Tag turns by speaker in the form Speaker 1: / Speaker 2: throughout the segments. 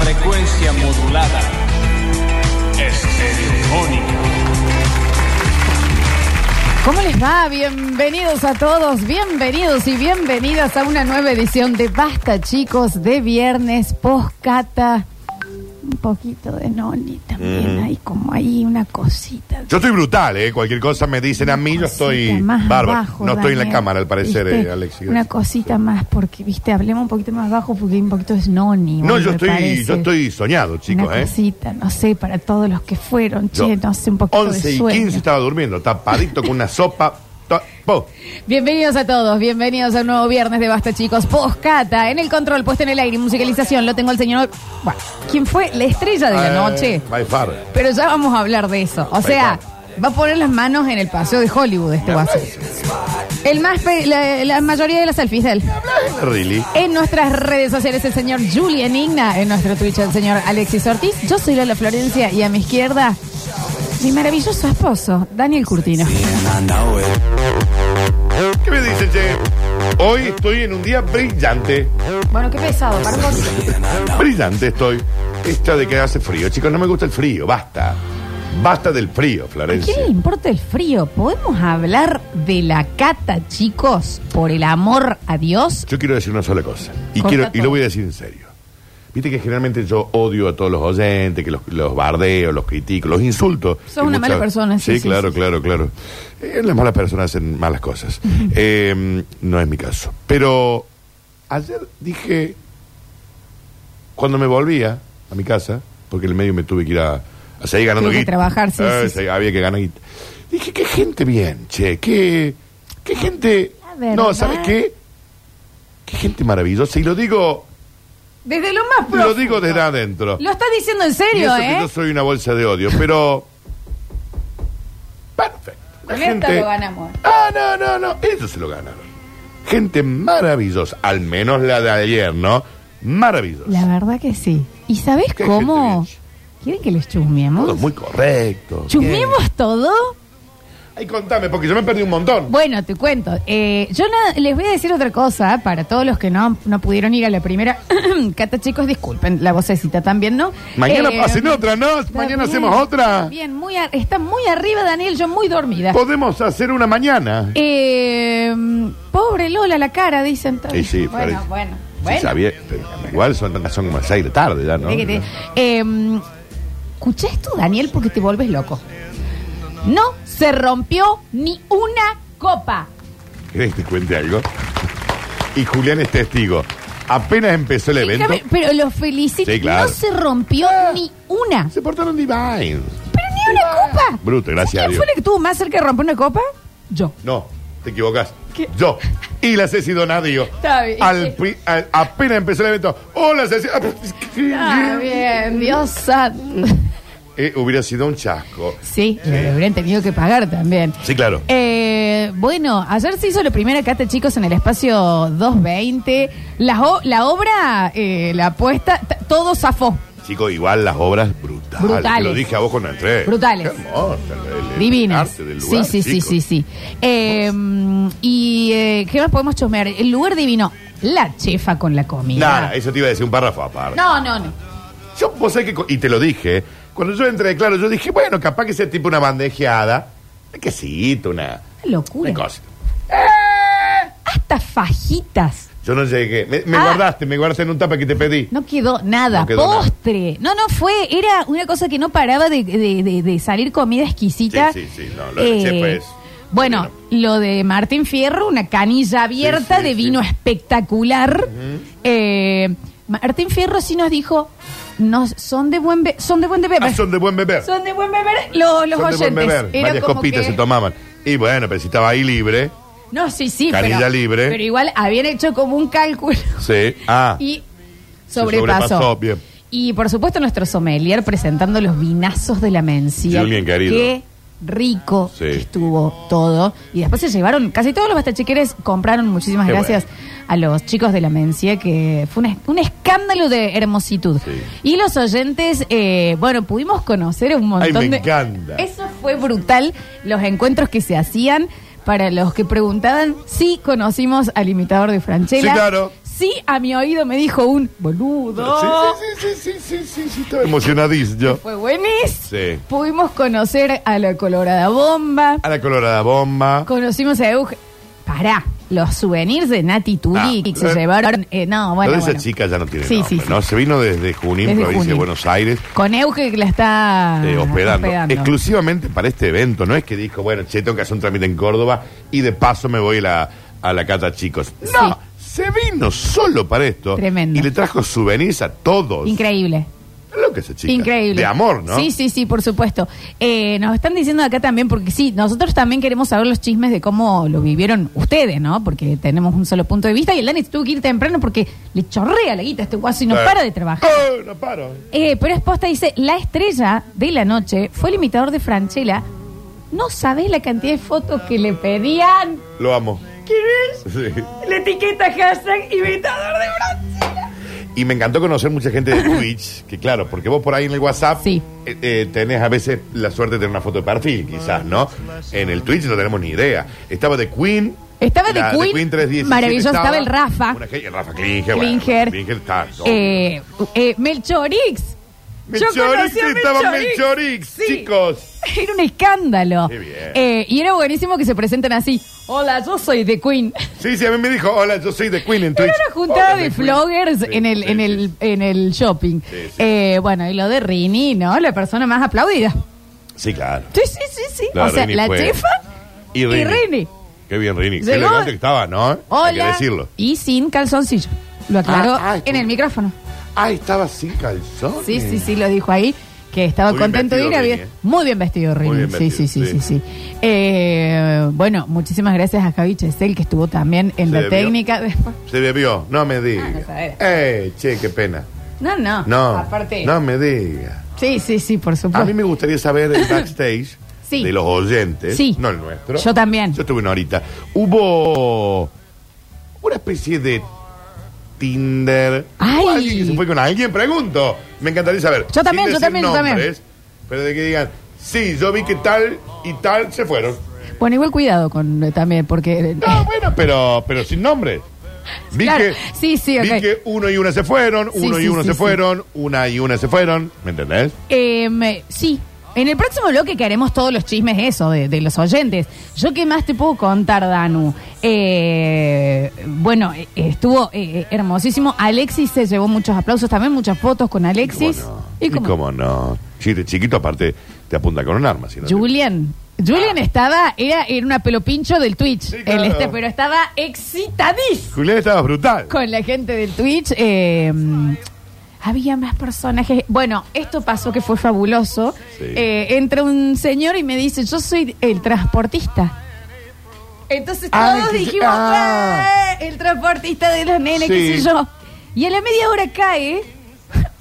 Speaker 1: frecuencia modulada. Estereofónica.
Speaker 2: ¿Cómo les va? Bienvenidos a todos, bienvenidos y bienvenidas a una nueva edición de Basta, chicos, de viernes poscata. Un poquito de noni también, hay como ahí una cosita.
Speaker 3: Yo estoy brutal, ¿eh? Cualquier cosa me dicen a mí, yo estoy
Speaker 2: cosita más
Speaker 3: bárbaro.
Speaker 2: abajo,
Speaker 3: no estoy en la
Speaker 2: Daniel,
Speaker 3: cámara, al parecer,
Speaker 2: ¿viste?
Speaker 3: eh, Alexis.
Speaker 2: Una cosita más, porque, viste, hablemos un poquito más bajo porque hay un poquito de noni.
Speaker 3: No,
Speaker 2: bueno,
Speaker 3: yo
Speaker 2: me
Speaker 3: estoy,
Speaker 2: parece.
Speaker 3: yo estoy soñado, chicos,
Speaker 2: Una
Speaker 3: ¿eh?
Speaker 2: cosita, no sé, para todos los que fueron,
Speaker 3: Yo,
Speaker 2: che, no sé, un poquito
Speaker 3: 11
Speaker 2: de
Speaker 3: y
Speaker 2: sueño.
Speaker 3: 15 estaba durmiendo, tapadito con una sopa. to- po.
Speaker 2: Bienvenidos a todos, bienvenidos a un nuevo viernes de Basta, chicos. Poscata, en el control, puesto en el aire y musicalización, lo tengo el señor. Bueno, ¿quién fue? La estrella de la
Speaker 3: Eh,
Speaker 2: noche.
Speaker 3: By far.
Speaker 2: Pero ya vamos a hablar de eso. O sea, va a poner las manos en el paseo de Hollywood este guaso. El más pe- la, la mayoría de las selfies de él.
Speaker 3: Really.
Speaker 2: En nuestras redes sociales el señor Julian Igna, en nuestro Twitch el señor Alexis Ortiz. Yo soy Lola Florencia y a mi izquierda, mi maravilloso esposo, Daniel Curtino.
Speaker 3: ¿Qué me dice, che? Hoy estoy en un día brillante.
Speaker 2: Bueno, qué pesado, Marcos.
Speaker 3: Brillante estoy. Esta de que hace frío. Chicos, no me gusta el frío. Basta. Basta del frío,
Speaker 2: ¿A
Speaker 3: Florencia.
Speaker 2: quién le importa el frío? ¿Podemos hablar de la cata, chicos? Por el amor a Dios.
Speaker 3: Yo quiero decir una sola cosa. Y,
Speaker 2: Corta
Speaker 3: quiero, y
Speaker 2: todo.
Speaker 3: lo voy a decir en serio. Viste que generalmente yo odio a todos los oyentes, que los, los bardeo, los critico, los insulto.
Speaker 2: Sos
Speaker 3: Y
Speaker 2: una mala persona, sí,
Speaker 3: Sí,
Speaker 2: sí,
Speaker 3: claro,
Speaker 2: sí.
Speaker 3: claro, claro. Eh, las malas personas hacen malas cosas. Eh, no es mi caso. Pero ayer dije, cuando me volvía a mi casa, porque en el medio me tuve que ir a, a seguir ganando
Speaker 2: Tuve que
Speaker 3: guita.
Speaker 2: trabajar, sí,
Speaker 3: Eh,
Speaker 2: sí, sí.
Speaker 3: Había que ganar guita. Dije, qué gente bien, che, qué, qué gente...
Speaker 2: La
Speaker 3: No,
Speaker 2: verdad.
Speaker 3: ¿sabes qué? Qué gente maravillosa. Y lo digo,
Speaker 2: Desde lo más profundo.
Speaker 3: lo digo desde adentro.
Speaker 2: Lo estás diciendo en
Speaker 3: Y
Speaker 2: serio,
Speaker 3: eso que
Speaker 2: ¿eh?
Speaker 3: yo soy una bolsa de odio, pero. Perfecto. La
Speaker 2: Con esta lo ganamos.
Speaker 3: Ah, no, no, no. Ellos se lo ganaron. Gente maravillosa. Al menos la de ayer, ¿no? Maravillosa.
Speaker 2: La verdad que sí. ¿Y sabés
Speaker 3: Qué
Speaker 2: cómo?
Speaker 3: gente
Speaker 2: ¿Quieren que les
Speaker 3: Todo
Speaker 2: chusmeemos?
Speaker 3: muy correcto.
Speaker 2: ¿Chusmeemos todo?
Speaker 3: Ahí contame, porque yo me perdí un montón.
Speaker 2: Bueno, te cuento. Eh, yo nada- les voy a decir otra cosa para todos los que no, no pudieron ir a la primera. Cata, chicos, disculpen la vocecita también, ¿no?
Speaker 3: Mañana
Speaker 2: Eh,
Speaker 3: hacen otra, ¿no?
Speaker 2: está
Speaker 3: Mañana
Speaker 2: bien,
Speaker 3: hacemos otra.
Speaker 2: Bien, muy a- está muy arriba, Daniel, yo muy dormida.
Speaker 3: Podemos hacer una mañana.
Speaker 2: Eh, pobre Lola, la cara, dicen. todos.
Speaker 3: Y sí,
Speaker 2: bueno,
Speaker 3: parece.
Speaker 2: bueno,
Speaker 3: Sí,
Speaker 2: bueno.
Speaker 3: sabía, pero igual son, son como las seis de la tarde ya, ¿no?
Speaker 2: Es que te- eh, escuché esto, Daniel, porque te vuelves loco. No se rompió ni una copa.
Speaker 3: ¿Querés que te cuente algo? Y Julián es testigo. Apenas empezó el ¿Este evento,
Speaker 2: Fíjame, Pero lo felicito.
Speaker 3: Sí,
Speaker 2: No
Speaker 3: claro.
Speaker 2: se rompió ni una.
Speaker 3: se portaron divine.
Speaker 2: Pero ni una copa.
Speaker 3: Bruto, gracias a
Speaker 2: ¿Quién
Speaker 3: Dios.
Speaker 2: fue la que tuvo más cerca de romper una copa? Yo.
Speaker 3: No, te equivocas.
Speaker 2: ¿Qué?
Speaker 3: Yo. Y la Ceci Donadio.
Speaker 2: Está bien.
Speaker 3: Al pri- al- apenas empezó el evento. ¡Hola, Ceci! Ah, pues,
Speaker 2: Está Ah, bien, Dios santo.
Speaker 3: Eh, hubiera sido un chasco.
Speaker 2: Sí, y lo habrían tenido que pagar también.
Speaker 3: Sí, claro.
Speaker 2: Eh, bueno, ayer se hizo la primera cata, chicos, en el espacio 220. La, o- la obra, eh, la apuesta, t- todo zafó.
Speaker 3: Chicos, igual las obras brutales.
Speaker 2: Brutales.
Speaker 3: Lo dije a vos con Andrés.
Speaker 2: Brutales.
Speaker 3: Qué hermosa, el- el
Speaker 2: Divinas.
Speaker 3: arte del lugar,
Speaker 2: sí, sí,
Speaker 3: chicos.
Speaker 2: sí, sí, sí. Eh, y eh, ¿qué más podemos chusmear? El lugar divino, la chefa con la comida.
Speaker 3: Nada, eso te iba a decir un párrafo aparte.
Speaker 2: no, no, no.
Speaker 3: Yo, vos sabés que, cu- y te lo dije, cuando yo entré, claro, yo dije, bueno, capaz que sea tipo una bandejeada, un quesito, una,
Speaker 2: Qué locura.
Speaker 3: una cosa.
Speaker 2: Hasta fajitas.
Speaker 3: Yo no llegué, me, me
Speaker 2: Ah.
Speaker 3: guardaste, me guardaste en un tapa que te pedí.
Speaker 2: No quedó nada.
Speaker 3: No quedó nada.
Speaker 2: Postre. No, no fue. Era una cosa que no paraba de, de- de- de salir comida exquisita. Eh,
Speaker 3: Sí, sí, sí, no, lo de Chepa es-
Speaker 2: Bueno, lo de Martín Fierro, una canilla abierta
Speaker 3: Sí,
Speaker 2: de
Speaker 3: sí, sí.
Speaker 2: vino espectacular. Eh, Martín Fierro sí nos dijo, no, son de buen be- son de buen de beber.
Speaker 3: Ah, son de buen beber.
Speaker 2: Son de buen beber lo- los
Speaker 3: Son de
Speaker 2: oyentes.
Speaker 3: buen beber.
Speaker 2: Era
Speaker 3: Varias
Speaker 2: como
Speaker 3: copitas
Speaker 2: que-
Speaker 3: se tomaban. Y bueno, pero si estaba ahí libre,
Speaker 2: No, sí, sí.
Speaker 3: Canilla
Speaker 2: pero,
Speaker 3: libre.
Speaker 2: Pero igual habían hecho como un cálculo.
Speaker 3: sí. Ah,
Speaker 2: y sobrepasó.
Speaker 3: sobrepasó, bien.
Speaker 2: Y por supuesto nuestro sommelier presentando los vinazos de la mencía.
Speaker 3: Julien, querido.
Speaker 2: Qué rico
Speaker 3: Sí.
Speaker 2: que estuvo todo. Y después se llevaron, casi todos los bastachequeres compraron, muchísimas
Speaker 3: Qué
Speaker 2: gracias a los chicos de la mencía, que fue un, es- un escándalo de hermositud.
Speaker 3: Sí.
Speaker 2: Y los oyentes, eh, bueno, pudimos conocer un montón
Speaker 3: Ay, me
Speaker 2: de...
Speaker 3: encanta.
Speaker 2: Eso fue brutal, los encuentros que se hacían. Para los que preguntaban, sí conocimos al imitador de Franchella.
Speaker 3: Sí, claro.
Speaker 2: Sí, sí a mi oído me dijo un boludo.
Speaker 3: Sí, sí, sí, sí, sí, sí, sí, estaba emocionadís yo.
Speaker 2: Fue buenísimo.
Speaker 3: Sí.
Speaker 2: Pudimos conocer a la Colorada Bomba.
Speaker 3: A la colorada bomba.
Speaker 2: Conocimos a Euge. Pará, los souvenirs de Nati Tuli
Speaker 3: Ah,
Speaker 2: que se
Speaker 3: eh.
Speaker 2: llevaron. eh, no, bueno.
Speaker 3: Pero esa
Speaker 2: bueno.
Speaker 3: chica ya no tiene
Speaker 2: Sí,
Speaker 3: nombre,
Speaker 2: sí, sí.
Speaker 3: ¿no? Se vino desde Junín,
Speaker 2: Desde
Speaker 3: provincia de
Speaker 2: Junín.
Speaker 3: Buenos Aires,
Speaker 2: Con Euge que la está
Speaker 3: eh, hospedando. Exclusivamente para este evento. No es que dijo, bueno, che, tengo que hacer un trámite en Córdoba y de paso me voy a la, a la cata, chicos. No, se vino solo para esto.
Speaker 2: Tremendo.
Speaker 3: Y le trajo souvenirs a todos.
Speaker 2: Increíble.
Speaker 3: Es lo que esa chica.
Speaker 2: Increíble.
Speaker 3: De amor, ¿no?
Speaker 2: Sí, sí, sí, por supuesto. Eh, nos están diciendo acá también, porque sí, nosotros también queremos saber los chismes de cómo lo vivieron ustedes, ¿no? Porque tenemos un solo punto de vista y el Dani se tuvo que ir temprano porque le chorrea la guita a este guaso y no
Speaker 3: Eh.
Speaker 2: para de trabajar.
Speaker 3: Eh, no paro.
Speaker 2: Eh, pero Esposta dice, la estrella de la noche fue el imitador de Franchella. No sabés la cantidad de fotos que le pedían.
Speaker 3: Lo amo.
Speaker 2: ¿Quieres?
Speaker 3: Sí.
Speaker 2: La etiqueta hashtag imitador de Franchella.
Speaker 3: Y me encantó conocer mucha gente de Twitch, que claro, porque vos por ahí en el WhatsApp
Speaker 2: Sí.
Speaker 3: eh, eh, tenés a veces la suerte de tener una foto de perfil, quizás, ¿no? En el Twitch no tenemos ni idea. Estaba de Queen.
Speaker 2: Estaba The
Speaker 3: la
Speaker 2: Queen,
Speaker 3: 317
Speaker 2: maravilloso, estaba el Rafa.
Speaker 3: una ge- el Rafa Klinger. bueno,
Speaker 2: Klinger.
Speaker 3: Klinger está. todo.
Speaker 2: Eh, eh, Melchorix. Yo
Speaker 3: Melchorix,
Speaker 2: conocí a
Speaker 3: estaba Melchorix,
Speaker 2: Sí.
Speaker 3: chicos.
Speaker 2: Era un escándalo.
Speaker 3: Qué bien.
Speaker 2: Eh, y era buenísimo que se presenten así. Hola, yo soy de Queen.
Speaker 3: Sí, sí, a mí me dijo, hola, yo soy de Queen en Twitch.
Speaker 2: Era una juntada
Speaker 3: Hola, The
Speaker 2: de
Speaker 3: Queen.
Speaker 2: floggers
Speaker 3: Sí,
Speaker 2: en, el,
Speaker 3: sí,
Speaker 2: en,
Speaker 3: sí.
Speaker 2: el, en el shopping.
Speaker 3: Sí, sí.
Speaker 2: Eh, bueno, y lo de Rini, ¿no? La persona más aplaudida.
Speaker 3: Sí, claro.
Speaker 2: Sí, sí, sí, sí.
Speaker 3: No,
Speaker 2: o sea,
Speaker 3: Rini
Speaker 2: la
Speaker 3: fue-
Speaker 2: chefa y Rini.
Speaker 3: Qué bien, Rini. Qué
Speaker 2: Llegó-
Speaker 3: elegante que estaba, ¿no? Hay que
Speaker 2: Hola.
Speaker 3: decirlo.
Speaker 2: Y sin calzoncillo. Lo aclaró
Speaker 3: Ah, ah,
Speaker 2: en el micrófono.
Speaker 3: Ah, estaba sin calzón.
Speaker 2: Sí, sí, sí, lo dijo ahí. Que estaba
Speaker 3: Eh. Muy bien
Speaker 2: contento de ir.
Speaker 3: vestido,
Speaker 2: había-
Speaker 3: Rini, eh.
Speaker 2: Muy bien vestido, Rini.
Speaker 3: bien
Speaker 2: sí,
Speaker 3: vestido,
Speaker 2: sí, sí, sí,
Speaker 3: sí.
Speaker 2: sí. Eh, bueno, muchísimas gracias a Javi Chesel, que estuvo también en
Speaker 3: Se
Speaker 2: la
Speaker 3: debió.
Speaker 2: técnica. Después.
Speaker 3: Se bebió, no me
Speaker 2: Ah, no
Speaker 3: diga.
Speaker 2: sabés.
Speaker 3: eh, che, qué pena.
Speaker 2: No, no.
Speaker 3: No,
Speaker 2: Aparte.
Speaker 3: no me diga.
Speaker 2: Sí, sí, sí, por
Speaker 3: A
Speaker 2: supuesto.
Speaker 3: mí me gustaría saber el backstage
Speaker 2: Sí.
Speaker 3: de los oyentes,
Speaker 2: Sí.
Speaker 3: no el nuestro.
Speaker 2: Yo también.
Speaker 3: Yo estuve una horita. Hubo una especie de Tinder.
Speaker 2: Ay.
Speaker 3: ¿Hubo alguien que se fue con alguien? Pregunto. Me encantaría saber.
Speaker 2: Yo también,
Speaker 3: Sin
Speaker 2: yo
Speaker 3: decir
Speaker 2: también, yo también.
Speaker 3: nombres, Pero de que digan, sí, yo vi que tal y tal se fueron.
Speaker 2: Bueno, igual cuidado con eh, también, porque.
Speaker 3: No, bueno, pero, pero sin nombre. Vi,
Speaker 2: Claro.
Speaker 3: que,
Speaker 2: Sí, sí,
Speaker 3: vi
Speaker 2: ok.
Speaker 3: que uno y una se fueron,
Speaker 2: Sí,
Speaker 3: uno y
Speaker 2: sí,
Speaker 3: uno
Speaker 2: sí,
Speaker 3: se
Speaker 2: sí.
Speaker 3: fueron, una y una se fueron. ¿Me entendés?
Speaker 2: Em, eh, sí. En el próximo bloque que haremos todos los chismes eso, de, de los oyentes. Yo qué más te puedo contar, Danu. Eh, bueno, eh, estuvo eh, eh, hermosísimo. Alexis se llevó muchos aplausos, también muchas fotos con Alexis.
Speaker 3: ¿Cómo no? ¿Y cómo, no? Si de chiquito, aparte, te apunta con un arma. Si no te-
Speaker 2: Julian. Julian estaba, era, era una pelopincho del Twitch,
Speaker 3: Ah. Sí, claro.
Speaker 2: el este, pero estaba excitadísimo.
Speaker 3: Julián estaba brutal.
Speaker 2: con la gente del Twitch. eh, había más personajes. Bueno, esto pasó que fue fabuloso.
Speaker 3: Sí.
Speaker 2: Eh, entra un señor y me dice, yo soy el transportista. Entonces
Speaker 3: Ah,
Speaker 2: todos
Speaker 3: que se-
Speaker 2: dijimos,
Speaker 3: ah.
Speaker 2: "Eh, el transportista de los nenes,
Speaker 3: Sí.
Speaker 2: qué sé yo. Y a la media hora cae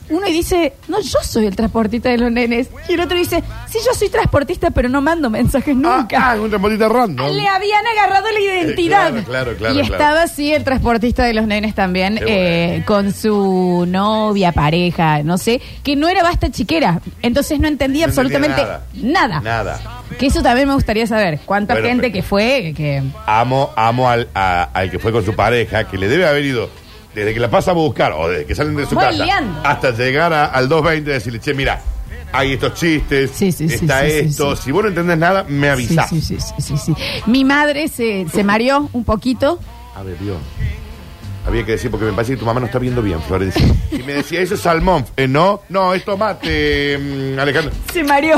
Speaker 2: uno y dice, no, yo soy el transportista de los nenes. Y el otro dice, sí, yo soy transportista, pero no mando mensajes
Speaker 3: Ah,
Speaker 2: nunca.
Speaker 3: Ah, es un transportista random.
Speaker 2: Le habían agarrado la identidad.
Speaker 3: Eh, claro, claro, claro,
Speaker 2: y
Speaker 3: claro.
Speaker 2: estaba así el transportista de los nenes también,
Speaker 3: Qué bueno.
Speaker 2: eh, con su novia, pareja, no sé, que no era basta chiquera. Entonces no entendía
Speaker 3: No entendía
Speaker 2: absolutamente nada.
Speaker 3: nada. Nada.
Speaker 2: Que eso también me gustaría saber. Cuánta
Speaker 3: Bueno,
Speaker 2: gente
Speaker 3: pero-
Speaker 2: que fue, que.
Speaker 3: Amo, amo al, a- al que fue con su pareja, que le debe haber ido desde que la pasa a buscar o desde que salen de su
Speaker 2: Muy
Speaker 3: casa
Speaker 2: liando.
Speaker 3: hasta llegar a- al 220 y decirle, che, mira, hay estos chistes,
Speaker 2: Sí, sí, sí,
Speaker 3: está
Speaker 2: sí, sí,
Speaker 3: esto.
Speaker 2: sí.
Speaker 3: Si vos no entendés nada, me
Speaker 2: Sí,
Speaker 3: avisás.
Speaker 2: sí, sí, sí, sí, sí. Mi madre se, se mareó un poquito.
Speaker 3: A ver, Ah, Dios. Había que decir, porque me parece que tu mamá no está viendo bien, Florencia. Y me decía, eso es salmón. Eh, no, no, es tomate, mm, Alejandro.
Speaker 2: Se mareó.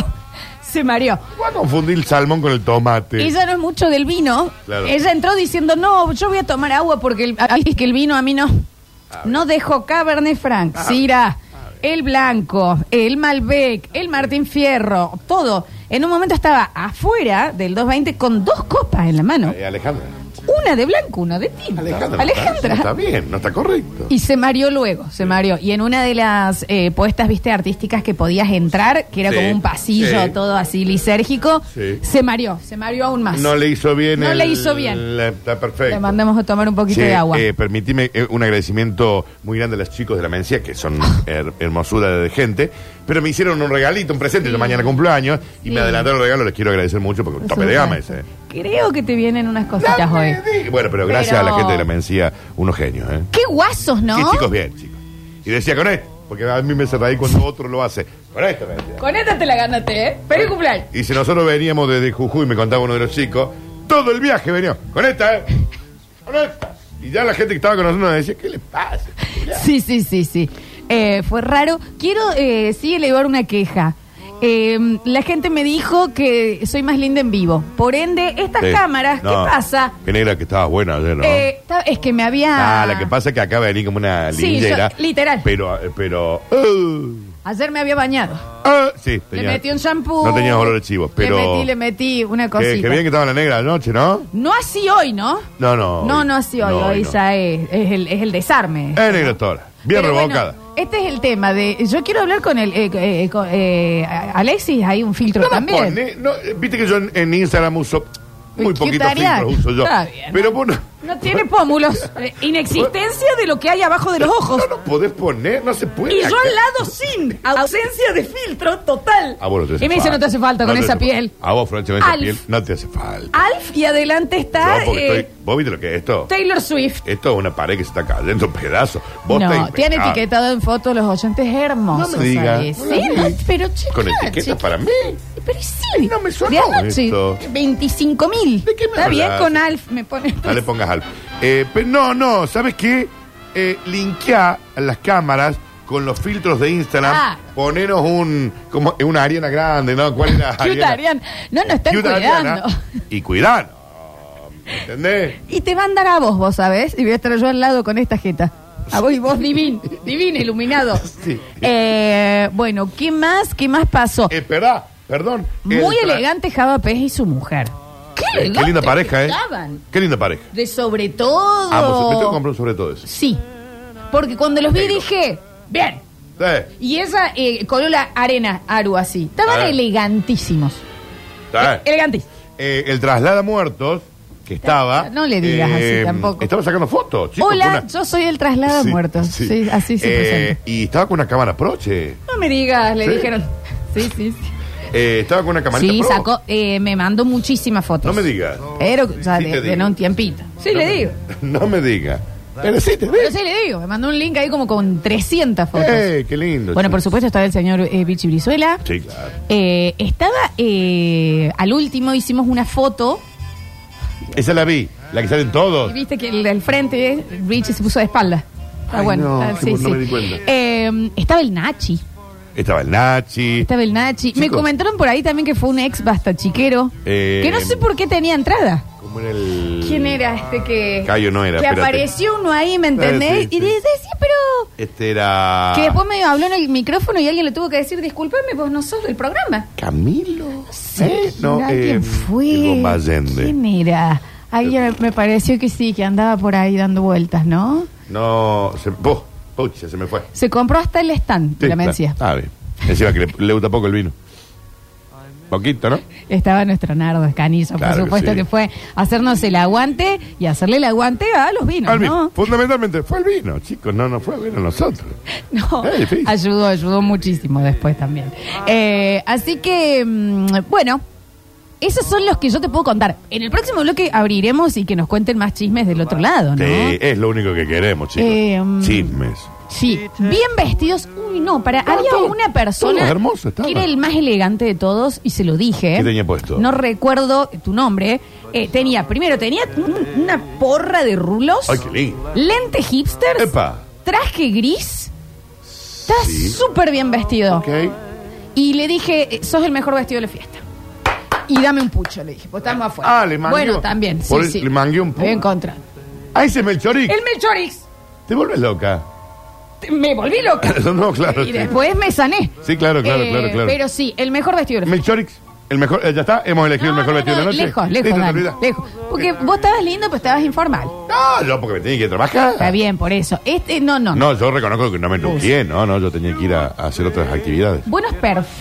Speaker 2: Se mareó.
Speaker 3: Voy a confundir el salmón con el tomate.
Speaker 2: Ella no es mucho del vino.
Speaker 3: Claro.
Speaker 2: Ella entró diciendo, no, yo voy a tomar agua porque el, ay, es que el vino a mí no.
Speaker 3: Ah,
Speaker 2: No dejó Cabernet Franc, Syrah, el Blanco, el Malbec, el Martín Fierro, todo. En un momento estaba afuera del 220 con dos copas en la mano.
Speaker 3: Eh, Alejandra.
Speaker 2: Una de blanco, una de tinto.
Speaker 3: Alejandra. no está- no está bien, no está correcto.
Speaker 2: Y se mareó luego, se mareó. Y en una de las eh, puestas, viste, artísticas que podías entrar, que era
Speaker 3: Sí,
Speaker 2: como un pasillo
Speaker 3: sí.
Speaker 2: todo así lisérgico,
Speaker 3: Sí.
Speaker 2: se mareó, se mareó aún más.
Speaker 3: No le hizo bien.
Speaker 2: No
Speaker 3: el-
Speaker 2: le hizo bien.
Speaker 3: la- Está perfecto.
Speaker 2: Le mandamos a tomar un poquito
Speaker 3: Che,
Speaker 2: de agua.
Speaker 3: eh, permitime eh, un agradecimiento muy grande a los chicos de la Mencía, que son her- hermosura de gente, pero me hicieron un regalito, un presente, yo mañana cumpleaños, y
Speaker 2: Sí.
Speaker 3: me adelantaron el regalo, les quiero agradecer mucho porque un
Speaker 2: Por
Speaker 3: tope de gama
Speaker 2: supuesto.
Speaker 3: ese.
Speaker 2: Creo que te vienen unas cositas hoy.
Speaker 3: Sí, bueno, pero gracias
Speaker 2: Pero-
Speaker 3: a la gente de la mencía, unos genios, ¿eh?
Speaker 2: Qué guasos, ¿no?
Speaker 3: Sí, chicos, bien, chicos. Y decía con esto, porque a mí me cerré ahí cuando otro lo hace. Con esto me decía.
Speaker 2: Con esta te la ganaste, ¿eh? Feliz cumpleaños.
Speaker 3: Y si nosotros veníamos desde Jujuy, me contaba uno de los chicos, todo el viaje venía con esta, ¿eh? Con esta. Y ya la gente que estaba con nosotros nos decía, ¿qué le pasa?
Speaker 2: Sí, sí, sí, sí. Eh, fue raro. Quiero eh, sí elevar una queja. Eh, la gente me dijo que soy más linda en vivo. Por ende, estas
Speaker 3: Sí.
Speaker 2: cámaras,
Speaker 3: No.
Speaker 2: ¿qué pasa?
Speaker 3: Qué negra que estabas buena ayer, ¿no?
Speaker 2: Eh, ta- es que me había.
Speaker 3: Ah, la que pasa es que acá venía como una
Speaker 2: Sí,
Speaker 3: lindera.
Speaker 2: yo- literal.
Speaker 3: Pero, eh, pero. uh,
Speaker 2: Ayer me había bañado.
Speaker 3: ah, sí,
Speaker 2: le
Speaker 3: tenía-
Speaker 2: metí un shampoo.
Speaker 3: No tenías olor de chivo, pero.
Speaker 2: Le metí, le metí una
Speaker 3: Que,
Speaker 2: cosita.
Speaker 3: que bien que estaba la negra anoche, ¿no?
Speaker 2: No así hoy, ¿no?
Speaker 3: No, no.
Speaker 2: No, no así hoy. hoy
Speaker 3: no.
Speaker 2: ya es, es el, es el desarme.
Speaker 3: Eh, negra Tora. Bien
Speaker 2: Pero bueno,
Speaker 3: revocada.
Speaker 2: este es el tema de. Yo quiero hablar con el. eh, eh, con, eh, Alexis, hay un filtro
Speaker 3: No la
Speaker 2: también.
Speaker 3: pone, no, eh, Viste que yo en, en Instagram uso muy
Speaker 2: ¿Qué
Speaker 3: poquitos
Speaker 2: tarea?
Speaker 3: filtros uso yo.
Speaker 2: Está bien.
Speaker 3: Pero bueno,
Speaker 2: No tiene pómulos. Eh, Inexistencia de lo que hay abajo de los ojos.
Speaker 3: no lo podés poner, no se puede.
Speaker 2: Y yo
Speaker 3: acá.
Speaker 2: al lado sin. Ausencia de filtro total.
Speaker 3: A Ah, vos no te hace
Speaker 2: y me dice,
Speaker 3: falta.
Speaker 2: no te hace falta
Speaker 3: No
Speaker 2: con
Speaker 3: te
Speaker 2: esa
Speaker 3: hace
Speaker 2: piel.
Speaker 3: falta. A vos, Francia, con esa
Speaker 2: Alf.
Speaker 3: piel no te hace falta.
Speaker 2: Alf y adelante está
Speaker 3: Yo, porque
Speaker 2: eh,
Speaker 3: estoy- ¿Vos viste lo que es esto?
Speaker 2: Taylor Swift.
Speaker 3: Esto es una pared que se está cayendo en pedazos. Vos
Speaker 2: no,
Speaker 3: estás
Speaker 2: tiene
Speaker 3: impecable.
Speaker 2: etiquetado en fotos los oyentes hermosos.
Speaker 3: No me diga.
Speaker 2: Alice.
Speaker 3: No la
Speaker 2: Sí,
Speaker 3: vi.
Speaker 2: no, pero chicos.
Speaker 3: Con etiqueta para mí.
Speaker 2: Pero sí.
Speaker 3: No me sonó
Speaker 2: De anoche,
Speaker 3: esto.
Speaker 2: 25 mil.
Speaker 3: ¿De qué me
Speaker 2: Está
Speaker 3: hablas?
Speaker 2: bien con Alf, me pone.
Speaker 3: No le pongas algo. Eh, pero no, no, ¿sabes qué? Eh, linkeá las cámaras con los filtros de Instagram.
Speaker 2: Ah.
Speaker 3: Poneros un, como eh, una Ariana grande, ¿no? ¿Cuál era
Speaker 2: Cute Ariana. No, no, están
Speaker 3: Cute
Speaker 2: cuidando.
Speaker 3: Ariana. Y cuidado. ¿Me entendés?
Speaker 2: Y te van a dar a vos, vos sabés. Y voy a estar yo al lado con esta jeta. A vos y vos divino, divino, iluminado.
Speaker 3: Sí.
Speaker 2: Eh, bueno, ¿qué más? ¿Qué más pasó?
Speaker 3: Espera, perdón. El
Speaker 2: Muy
Speaker 3: tra-
Speaker 2: elegante Java Pez y su mujer. Qué,
Speaker 3: Eh, qué linda
Speaker 2: elegantes
Speaker 3: pareja,
Speaker 2: que
Speaker 3: ¿eh?
Speaker 2: estaban.
Speaker 3: Qué linda pareja.
Speaker 2: De sobre todo.
Speaker 3: Ambos. Me tengo que comprar un sobre todo eso.
Speaker 2: Sí. Porque cuando los vi
Speaker 3: Negro.
Speaker 2: dije, bien.
Speaker 3: Sí,
Speaker 2: Y ella eh, coló la arena, aru así. Estaban
Speaker 3: Ah.
Speaker 2: elegantísimos.
Speaker 3: sí.
Speaker 2: Elegantísimos.
Speaker 3: Eh, el traslada muertos que estaba. eh,
Speaker 2: No le digas así tampoco.
Speaker 3: Estaba sacando fotos. chicos,
Speaker 2: Hola,
Speaker 3: con una-
Speaker 2: yo soy el traslado
Speaker 3: Sí,
Speaker 2: de muertos. Sí,
Speaker 3: sí.
Speaker 2: así se
Speaker 3: Eh,
Speaker 2: presenta.
Speaker 3: Y estaba con una cámara proche.
Speaker 2: No me digas, le
Speaker 3: sí.
Speaker 2: dijeron. Sí, sí, sí.
Speaker 3: Eh, estaba con una camarita
Speaker 2: Sí,
Speaker 3: pro.
Speaker 2: sacó, eh, me mandó muchísimas fotos.
Speaker 3: No me digas.
Speaker 2: Pero ya
Speaker 3: Sí te
Speaker 2: de, de
Speaker 3: digo.
Speaker 2: no un tiempito. Sí,
Speaker 3: No
Speaker 2: le
Speaker 3: me-
Speaker 2: digo.
Speaker 3: No me digas. Pero sí te
Speaker 2: Pero
Speaker 3: digo.
Speaker 2: sí, le digo. Me mandó un link ahí como con 300 fotos.
Speaker 3: Eh, qué lindo.
Speaker 2: bueno,
Speaker 3: sí.
Speaker 2: por supuesto estaba el señor eh, Vichy Brizuela.
Speaker 3: Sí, claro.
Speaker 2: Eh, estaba eh, al último, hicimos una foto.
Speaker 3: Esa la vi. La que salen todos.
Speaker 2: Y viste que el del frente, eh, Richie se puso de espalda. Ah,
Speaker 3: Ay,
Speaker 2: bueno,
Speaker 3: no,
Speaker 2: ah,
Speaker 3: qué
Speaker 2: sí,
Speaker 3: bueno, no
Speaker 2: sí.
Speaker 3: me di cuenta.
Speaker 2: Eh, estaba el Nachi.
Speaker 3: Estaba el Nachi.
Speaker 2: Estaba el Nachi. Me
Speaker 3: Chicos.
Speaker 2: comentaron por ahí también que fue un ex basta chiquero.
Speaker 3: Eh,
Speaker 2: que no sé por qué tenía entrada.
Speaker 3: ¿Cómo era el.
Speaker 2: ¿Quién era este que.?
Speaker 3: Cayo no era,
Speaker 2: Que
Speaker 3: espérate.
Speaker 2: apareció uno ahí, ¿me
Speaker 3: Eh,
Speaker 2: entendés?
Speaker 3: sí, sí.
Speaker 2: Y dice, sí, pero.
Speaker 3: Este era.
Speaker 2: Que después me habló en el micrófono y alguien le tuvo que decir, discúlpame, vos no sos del programa.
Speaker 3: Camilo. ¿Eh? No,
Speaker 2: ¿Alguien
Speaker 3: eh,
Speaker 2: fue?
Speaker 3: el Bomba Allende.
Speaker 2: ¿Quién era? Alguien me pareció que sí, que andaba por ahí dando vueltas, ¿no?
Speaker 3: No, se, vos, pucha, se me fue.
Speaker 2: Se compró hasta el stand, de
Speaker 3: Sí,
Speaker 2: la mencía.
Speaker 3: está- Ah, bien. Encima que le, le gusta poco el vino. Poquito, ¿no?
Speaker 2: Estaba nuestro Nardo Escanizo,
Speaker 3: Claro que
Speaker 2: por supuesto,
Speaker 3: sí.
Speaker 2: que, fue hacernos el aguante y hacerle el aguante a los vinos,
Speaker 3: Al vino.
Speaker 2: ¿no?
Speaker 3: Fundamentalmente fue el vino, chicos. No, no fue el vino nosotros.
Speaker 2: No,
Speaker 3: Es difícil.
Speaker 2: ayudó, ayudó muchísimo después también. Eh, así que, mm, bueno, esos son los que yo te puedo contar. En el próximo bloque abriremos y que nos cuenten más chismes del otro lado, ¿no?
Speaker 3: Sí, es lo único que queremos, chicos.
Speaker 2: Eh, um,
Speaker 3: Chismes.
Speaker 2: Sí, bien vestidos. Uy, no, para
Speaker 3: Estaba
Speaker 2: había
Speaker 3: todo-
Speaker 2: una persona
Speaker 3: todo hermoso estaba.
Speaker 2: que era el más elegante de todos y se lo dije.
Speaker 3: ¿Qué tenía puesto?
Speaker 2: No recuerdo tu nombre. Eh, tenía, primero tenía un- una porra de rulos,
Speaker 3: Ay, qué lindo.
Speaker 2: lente hipsters,
Speaker 3: Epa.
Speaker 2: traje gris. Está
Speaker 3: Sí.
Speaker 2: súper bien vestido.
Speaker 3: Ok.
Speaker 2: Y le dije, eh, sos el mejor vestido de la fiesta. Y dame un pucho, le dije, pues estamos afuera.
Speaker 3: Ah, le mangueó.
Speaker 2: Bueno, también, sí,
Speaker 3: Por el-
Speaker 2: sí.
Speaker 3: le mangueó un pucho.
Speaker 2: Estoy en contra.
Speaker 3: Ahí se me el choric.
Speaker 2: El Melchorix,
Speaker 3: Te vuelves loca.
Speaker 2: te- me volví loca.
Speaker 3: no, claro.
Speaker 2: Y
Speaker 3: sí.
Speaker 2: después me sané.
Speaker 3: Sí, claro, claro,
Speaker 2: Eh,
Speaker 3: claro, claro.
Speaker 2: Pero sí, el mejor vestido. de la
Speaker 3: Melchorix, el mejor, eh, ya está, hemos elegido el
Speaker 2: No,
Speaker 3: mejor
Speaker 2: no,
Speaker 3: vestido de
Speaker 2: no,
Speaker 3: la noche.
Speaker 2: Lejos, lejos,
Speaker 3: Listo, Eh. te
Speaker 2: Dani,
Speaker 3: olvidas.
Speaker 2: lejos. Porque vos estabas lindo, pero estabas informal.
Speaker 3: No, yo porque me tenía que ir a trabajar.
Speaker 2: Está bien, por eso. Este, no, no.
Speaker 3: No, yo reconozco que no me enluqué, no, no, yo tenía que ir a, a hacer otras actividades.
Speaker 2: Buenos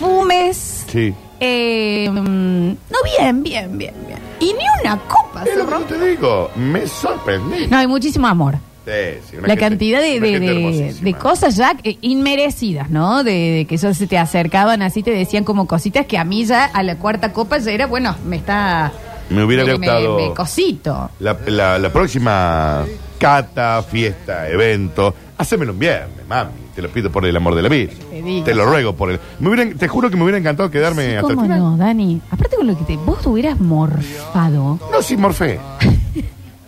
Speaker 2: perfumes.
Speaker 3: Sí.
Speaker 2: Eh, mm, no, bien, bien, bien, bien. Y ni una copa
Speaker 3: Es
Speaker 2: se
Speaker 3: lo que yo
Speaker 2: rompe.
Speaker 3: te digo, me sorprendí.
Speaker 2: No, hay muchísimo amor.
Speaker 3: Sí, sí, una
Speaker 2: La
Speaker 3: gente-
Speaker 2: cantidad de,
Speaker 3: una
Speaker 2: de-
Speaker 3: gente
Speaker 2: de-
Speaker 3: hermosísima.
Speaker 2: de cosas ya eh, inmerecidas, ¿no? De, de que ya se te acercaban así, te decían como cositas que a mí ya a la cuarta copa ya era, bueno, me está eh,
Speaker 3: Me hubiera
Speaker 2: Me-
Speaker 3: gustado.
Speaker 2: Me, me cosito.
Speaker 3: La, la- la próxima cata, fiesta, evento, hacémelo un viernes, mami. Te lo pido por el amor de la vida.
Speaker 2: Te digo.
Speaker 3: Te lo ruego por el. Me hubiera- te juro que me hubiera encantado quedarme hasta el
Speaker 2: ¿Cómo
Speaker 3: final.
Speaker 2: no, Dani? Aparte con lo que te, vos hubieras morfado.
Speaker 3: No, sí, morfé.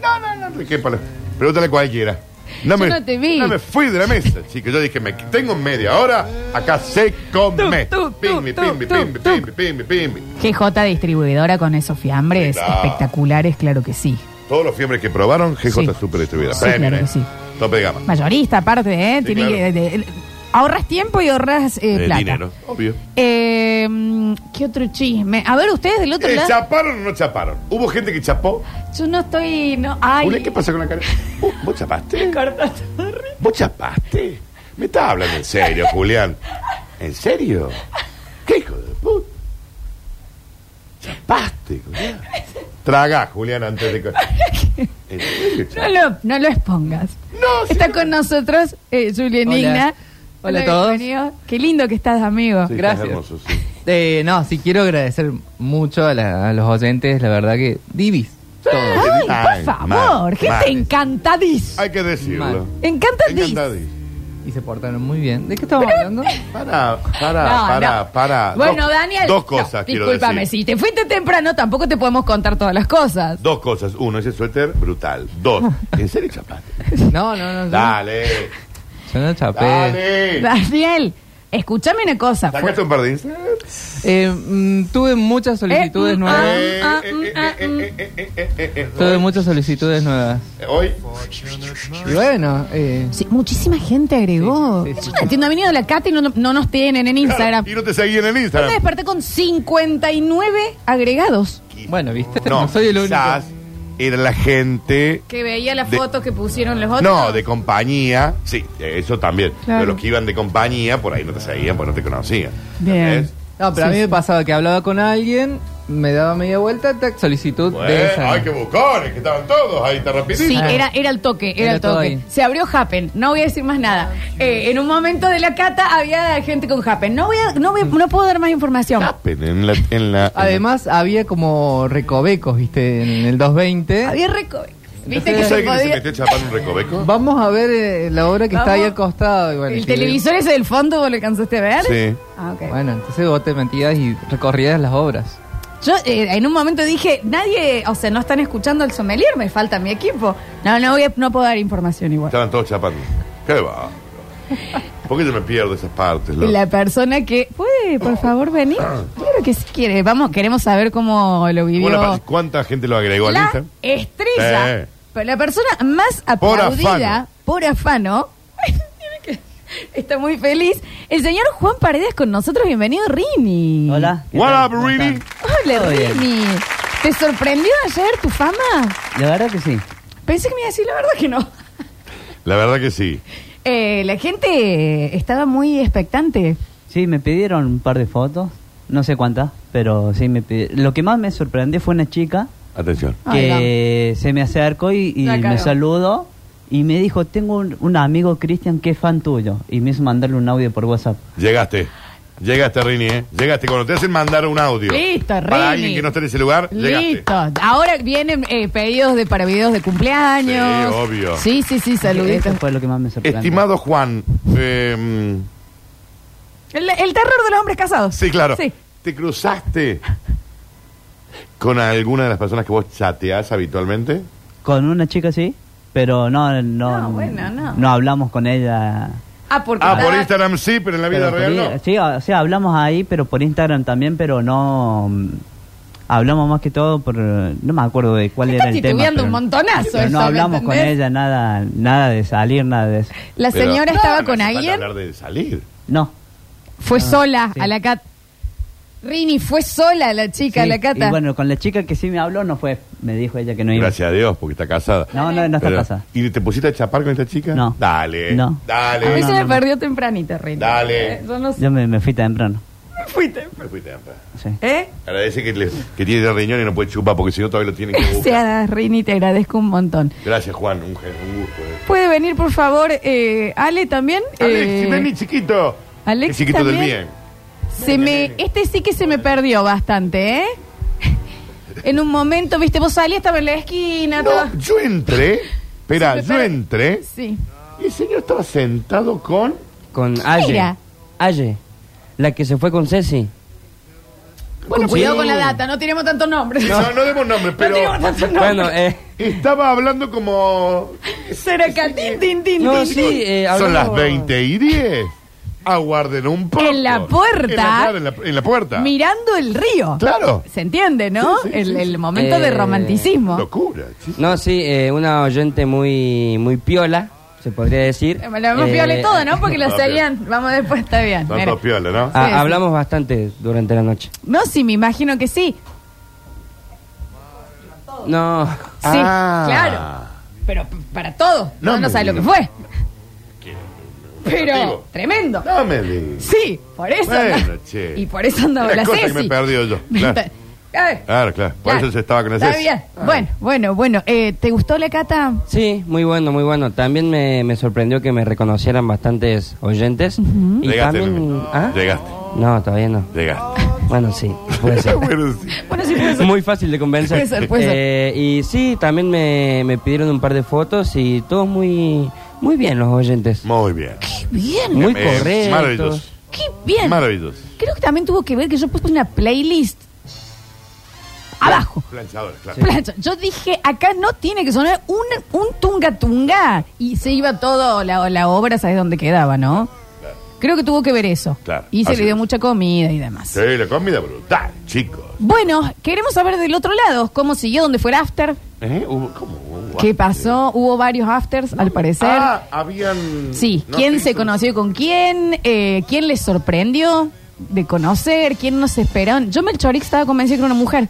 Speaker 3: No, no, no, no, qué palo- Pregúntale a cualquiera. No
Speaker 2: Yo no te vi.
Speaker 3: no me fui de la mesa, chico. Yo dije, me tengo media hora, acá se come.
Speaker 2: Tuc, tuc,
Speaker 3: Pimbi,
Speaker 2: tuc,
Speaker 3: pimbi,
Speaker 2: tuc,
Speaker 3: pimbi,
Speaker 2: tuc.
Speaker 3: pimbi, pimbi, pimbi.
Speaker 2: GJ distribuidora con esos fiambres
Speaker 3: Sí, claro.
Speaker 2: espectaculares, claro que sí.
Speaker 3: Todos los fiebres que probaron, GJ
Speaker 2: Sí.
Speaker 3: Super Distribuida.
Speaker 2: Sí,
Speaker 3: Premium,
Speaker 2: claro que
Speaker 3: eh.
Speaker 2: sí.
Speaker 3: Tope de gama.
Speaker 2: Mayorista, aparte, ¿eh?
Speaker 3: Sí,
Speaker 2: Tiene
Speaker 3: claro.
Speaker 2: que- de- de- ahorras tiempo y ahorras eh,
Speaker 3: Eh,
Speaker 2: plata.
Speaker 3: dinero, obvio.
Speaker 2: Eh, mm, ¿Qué otro chisme? A ver, ustedes del otro
Speaker 3: Eh,
Speaker 2: lado.
Speaker 3: ¿Chaparon o no chaparon? ¿Hubo gente que chapó?
Speaker 2: Yo no estoy. No, ay,
Speaker 3: Julia, ¿qué pasa con la cara? Uh, ¿Vos chapaste?
Speaker 2: corta.
Speaker 3: ¿Vos chapaste? Me estás hablando en serio, Julián. ¿En serio? ¿Qué hijo de puta? ¿Chapaste, Julián? Tragá, Julián, antes de... co- ¿En serio,
Speaker 2: No
Speaker 3: chap-
Speaker 2: lo, no lo expongas.
Speaker 3: No, sí,
Speaker 2: Está
Speaker 3: no.
Speaker 2: con nosotros eh, Julia
Speaker 4: Hola.
Speaker 2: Igna.
Speaker 4: Hola a todos.
Speaker 2: bienvenido. Qué lindo que estás, amigo.
Speaker 3: Sí, estás
Speaker 4: Gracias.
Speaker 3: hermoso, sí.
Speaker 4: Eh, no, sí quiero agradecer mucho a, la- a los oyentes, la verdad que divis. Todos.
Speaker 2: Ay, por
Speaker 3: Ay,
Speaker 2: favor,
Speaker 3: mal,
Speaker 2: gente
Speaker 3: mal.
Speaker 2: encantadís.
Speaker 3: Hay que decirlo.
Speaker 4: Mal.
Speaker 2: Encantadís.
Speaker 3: Encantadís.
Speaker 4: Y se portaron muy bien. ¿De qué estamos hablando?
Speaker 3: Para, para,
Speaker 2: No,
Speaker 3: para,
Speaker 2: no.
Speaker 3: para.
Speaker 2: Bueno,
Speaker 3: Dos-
Speaker 2: Daniel.
Speaker 3: Dos
Speaker 2: no,
Speaker 3: cosas quiero decir.
Speaker 2: Discúlpame, si te fuiste temprano, tampoco te podemos contar todas las cosas.
Speaker 3: Dos cosas. Uno, ese suéter brutal. Dos, ¿en serio chapaste?
Speaker 4: No, no, no. Yo,
Speaker 3: Dale,
Speaker 4: yo no chapé.
Speaker 3: dale.
Speaker 2: Daniel, escúchame una cosa. fue-
Speaker 3: ¿Sacaste un par de Instagram?
Speaker 4: Eh, mm, tuve muchas solicitudes
Speaker 2: Eh, mm,
Speaker 4: nuevas.
Speaker 2: ah.
Speaker 3: Eh, eh, eh, eh, eh, eh, eh, eh, eh.
Speaker 4: Tuve muchas solicitudes nuevas.
Speaker 3: Hoy,
Speaker 4: Y bueno, eh,
Speaker 2: Sí, muchísima gente agregó.
Speaker 4: Sí, sí, sí.
Speaker 2: Yo no entiendo, ha venido la Cata y no, no nos tienen en Instagram.
Speaker 3: y no te seguían en
Speaker 2: Yo me
Speaker 3: Instagram.
Speaker 2: desperté con 59 agregados.
Speaker 4: bueno, ¿viste?
Speaker 3: No,
Speaker 4: No, soy el único.
Speaker 3: quizás era la gente.
Speaker 2: Que veía las
Speaker 3: De-
Speaker 2: fotos que pusieron los otros.
Speaker 3: No, de compañía. Sí, eso también.
Speaker 2: Claro.
Speaker 3: Pero los que iban de compañía, por ahí no te seguían, pues no te conocían.
Speaker 2: Bien.
Speaker 3: ¿Entendés?
Speaker 4: No, pero a
Speaker 2: Sí,
Speaker 4: mí
Speaker 2: sí.
Speaker 4: me pasaba que hablaba con alguien, me daba media vuelta, tac, solicitud
Speaker 3: Bueno,
Speaker 4: de esa.
Speaker 3: ay, qué bucones, que estaban todos ahí, te repetí.
Speaker 2: Sí, eh.
Speaker 4: Ah.
Speaker 2: era, era el toque, era,
Speaker 4: Era
Speaker 2: el toque.
Speaker 4: todo ahí.
Speaker 2: Se abrió Happen, no voy a decir más nada. Eh, en un momento de la cata había gente con Happen. No voy a- no voy a- no puedo dar más información.
Speaker 3: En la, en la,
Speaker 4: Además, había como recovecos, ¿viste? En el 220.
Speaker 2: Había reco. ¿Viste
Speaker 4: Entonces,
Speaker 2: que se
Speaker 3: ¿Vos sabés que se
Speaker 2: podía?
Speaker 3: metió chapando un recoveco?
Speaker 4: Vamos a ver eh, la obra que está
Speaker 2: Vamos.
Speaker 4: ahí al costado. y bueno,
Speaker 2: ¿El
Speaker 4: si le-
Speaker 2: televisor ese del fondo vos lo alcanzaste a ver?
Speaker 3: Sí.
Speaker 2: Ah, ok.
Speaker 4: Bueno, entonces vos te metías y recorrías las obras.
Speaker 2: Yo eh, en un momento dije, nadie, o sea, no están escuchando el sommelier, me falta mi equipo. No, no voy a- no puedo dar información igual.
Speaker 3: Estaban todos chapando. ¿Qué va? ¿Por qué yo me pierdo esas partes? loco?
Speaker 2: La persona que puede,
Speaker 3: Oh.
Speaker 2: por favor, venir. Claro que sí quiere. Vamos, queremos saber cómo lo
Speaker 3: Ah. ¿Cómo la pa-
Speaker 2: vivió
Speaker 3: ¿Cuánta gente lo agregó al
Speaker 2: la eh.
Speaker 3: Instagram?
Speaker 2: estrella.
Speaker 3: Sí.
Speaker 2: Pero la persona más
Speaker 3: Por
Speaker 2: aplaudida por afano. tiene que- Está muy feliz. El señor Juan Paredes con nosotros. Bienvenido, Rini.
Speaker 5: Hola. ¿qué
Speaker 3: What
Speaker 5: tal?
Speaker 3: up,
Speaker 5: ¿Cómo
Speaker 3: Rini?
Speaker 5: están?
Speaker 2: Hola,
Speaker 5: Todo bien.
Speaker 2: Rini. ¿Te sorprendió ayer tu fama?
Speaker 5: La verdad que sí.
Speaker 2: Pensé que me iba a decir la verdad que no.
Speaker 3: La verdad que sí.
Speaker 2: Eh, la gente estaba muy expectante.
Speaker 5: Sí, me pidieron un par de fotos, no sé cuántas, pero sí me pidieron. Lo que más me sorprendió fue una chica
Speaker 3: Atención.
Speaker 5: que se me acercó y, y
Speaker 2: La cagó.
Speaker 5: me saludó y me dijo, tengo un, un amigo Cristian que es fan tuyo. Y me hizo mandarle un audio por WhatsApp.
Speaker 3: Llegaste. Llegaste, Rini, ¿eh? Llegaste. Cuando te hacen mandar un audio.
Speaker 2: Listo, Rini.
Speaker 3: Para alguien que no está en ese lugar,
Speaker 2: Listo.
Speaker 3: llegaste.
Speaker 2: Ahora vienen eh, pedidos de para videos de cumpleaños.
Speaker 3: Sí, obvio.
Speaker 2: Sí, sí, sí, saluditos.
Speaker 5: Eso fue lo que más me sorprendió.
Speaker 3: Estimado Juan, eh,
Speaker 2: El, el terror de los hombres casados.
Speaker 3: sí, claro.
Speaker 2: Sí.
Speaker 3: ¿Te cruzaste con alguna de las personas que vos chateás habitualmente?
Speaker 5: Con una chica sí, pero no, no,
Speaker 2: No, Ah, bueno, no.
Speaker 5: hablamos con ella.
Speaker 2: Ah, porque
Speaker 3: Ah,
Speaker 2: está-
Speaker 3: por Instagram sí, pero en la vida
Speaker 5: Pero por
Speaker 3: real
Speaker 5: i-
Speaker 3: no.
Speaker 5: Sí, o sea, hablamos ahí, pero por Instagram también, pero no... mm, Hablamos más que todo por... eh, No me acuerdo de cuál
Speaker 2: Está
Speaker 5: era el tema.
Speaker 2: titubeando un montonazo
Speaker 5: pero
Speaker 2: eso,
Speaker 5: no
Speaker 2: ¿me
Speaker 5: hablamos con
Speaker 2: entendés?
Speaker 5: ella nada nada de salir, nada de eso.
Speaker 2: La
Speaker 3: Pero-
Speaker 2: señora
Speaker 3: No,
Speaker 2: estaba
Speaker 3: no
Speaker 2: con
Speaker 3: hace falta
Speaker 2: alguien.
Speaker 3: hablar de salir.
Speaker 5: No.
Speaker 2: Fue sola
Speaker 5: Ah, sí.
Speaker 2: a la cata. Rini, fue sola la chica a
Speaker 5: Sí,
Speaker 2: la cata.
Speaker 5: Y bueno, con la chica que sí me habló no fue. Me dijo ella que no iba.
Speaker 3: Gracias a Dios, porque está casada.
Speaker 5: No, no, no está
Speaker 3: Pero-
Speaker 5: casada.
Speaker 3: ¿Y te pusiste a chapar con esta chica?
Speaker 5: No.
Speaker 3: Dale.
Speaker 5: No.
Speaker 2: a mí
Speaker 5: Ah,
Speaker 3: Dale.
Speaker 5: no,
Speaker 2: se me
Speaker 5: no, no.
Speaker 2: perdió tempranito, Rini.
Speaker 3: Dale.
Speaker 2: Eh, Yo no sé.
Speaker 5: Yo me, me fui temprano.
Speaker 2: Fui temprano.
Speaker 3: Me fui temprano.
Speaker 5: Sí.
Speaker 2: ¿Eh?
Speaker 3: Agradece que, le- que tiene riñón y no puede chupar, porque si no todavía lo tiene que buscar.
Speaker 2: Gracias, Rini, te agradezco un montón.
Speaker 3: Gracias, Juan. Un, gen- un gusto. eh.
Speaker 2: ¿Puede venir, por favor, eh, Ale también? Eh,
Speaker 3: Alex, vení, chiquito.
Speaker 2: Alex
Speaker 3: El chiquito del
Speaker 2: también.
Speaker 3: bien.
Speaker 2: se me, este sí que se me perdió bastante, ¿eh? En un momento, viste, vos salí, estaba en la esquina. estaba-
Speaker 3: No, yo entré. Espera,
Speaker 2: Sí,
Speaker 3: yo
Speaker 2: pero-
Speaker 3: entré.
Speaker 2: Sí.
Speaker 3: Y el señor estaba sentado con.
Speaker 6: Con Aye.
Speaker 2: Mira.
Speaker 6: Aye. La que se fue con Ceci.
Speaker 2: Bueno,
Speaker 6: Sí.
Speaker 2: cuidado con la data, no tenemos tantos nombres.
Speaker 3: No, no demos nombre, pero.
Speaker 2: tenemos tantos nombres.
Speaker 6: Bueno, eh.
Speaker 3: Estaba hablando como.
Speaker 2: Será que tin, tin, tin,
Speaker 6: No,
Speaker 2: tin.
Speaker 6: sí, eh,
Speaker 3: Son las
Speaker 6: hablamos-
Speaker 3: 20 y 10. Aguarden un poco.
Speaker 2: En la puerta.
Speaker 3: En la, claro, en la- en la puerta.
Speaker 2: Mirando el río.
Speaker 3: Claro.
Speaker 2: ¿Se entiende, no?
Speaker 3: Sí, sí,
Speaker 2: el,
Speaker 3: sí, sí.
Speaker 2: el momento de
Speaker 6: Eh,
Speaker 2: romanticismo.
Speaker 3: Locura, chicos.
Speaker 6: No, sí, eh, una oyente muy, muy piola, se podría decir.
Speaker 2: Me lo hemos
Speaker 6: Eh,
Speaker 2: piole todo, ¿no? Porque lo
Speaker 3: Rápido.
Speaker 2: sabían. Vamos después, está bien.
Speaker 3: Son
Speaker 2: mira.
Speaker 3: dos piolas, ¿no?
Speaker 6: ah,
Speaker 2: Sí, sí.
Speaker 6: hablamos bastante durante la noche.
Speaker 2: No, sí, me imagino que sí.
Speaker 6: No.
Speaker 2: Sí, claro. Pero p- para todo.
Speaker 3: Ah. No
Speaker 2: No, no
Speaker 3: me
Speaker 2: sabe lo que
Speaker 3: digas.
Speaker 2: fue.
Speaker 3: Digo.
Speaker 2: Pero tremendo.
Speaker 3: No me digas.
Speaker 2: Sí, por eso.
Speaker 3: Bueno,
Speaker 2: anda-
Speaker 3: che.
Speaker 2: Y por eso andaba
Speaker 3: Era
Speaker 2: la
Speaker 3: cosa que
Speaker 2: Ceci.
Speaker 3: me he perdido yo,
Speaker 2: Me
Speaker 3: claro.
Speaker 2: está- Ay,
Speaker 3: Claro, claro. Por
Speaker 2: claro.
Speaker 3: eso se estaba con la
Speaker 2: Está
Speaker 3: Ceci.
Speaker 2: bien.
Speaker 3: Ah.
Speaker 2: Bueno, bueno, bueno. Eh, ¿Te gustó la cata?
Speaker 6: Sí, muy bueno, muy bueno. También me, me sorprendió que me reconocieran bastantes oyentes. Y
Speaker 3: Llegaste,
Speaker 6: también.
Speaker 3: Luis.
Speaker 6: ¿Ah?
Speaker 3: Llegaste.
Speaker 6: No, todavía no.
Speaker 3: Llegaste.
Speaker 6: Bueno, sí, puede ser.
Speaker 3: Bueno, sí.
Speaker 2: Bueno, sí, puede ser.
Speaker 6: Muy fácil de convencer.
Speaker 2: Puede ser, puede ser.
Speaker 6: Eh, y sí, también me, me pidieron un par de fotos y todos muy, muy bien los oyentes.
Speaker 3: Muy bien.
Speaker 2: Qué bien,
Speaker 6: Muy
Speaker 3: Eh,
Speaker 6: correctos.
Speaker 3: Maravilloso.
Speaker 2: qué bien.
Speaker 3: Maravilloso.
Speaker 2: Creo que también tuvo que ver que yo puse una playlist abajo.
Speaker 3: Planchador, claro.
Speaker 2: Plancha. Yo dije, acá no tiene que sonar un, un tunga tunga. Y se iba todo, la, la obra, ¿sabes dónde quedaba, no? Creo que tuvo que ver eso.
Speaker 3: Claro,
Speaker 2: Y se
Speaker 3: así
Speaker 2: le dio
Speaker 3: es.
Speaker 2: mucha comida y demás.
Speaker 3: Sí, la comida brutal, chicos.
Speaker 2: Bueno, queremos saber del otro lado, cómo siguió, dónde fue el after,
Speaker 3: ¿Eh? Hubo- ¿Cómo? Hubo-
Speaker 2: qué pasó, hubo varios afters, al parecer.
Speaker 3: Ah, habían.
Speaker 2: Sí,
Speaker 3: no,
Speaker 2: quién se
Speaker 3: hizo-
Speaker 2: conoció con quién, Eh, quién les sorprendió de conocer, quién nos esperaron. Yo Melchorix estaba convencida que era una mujer.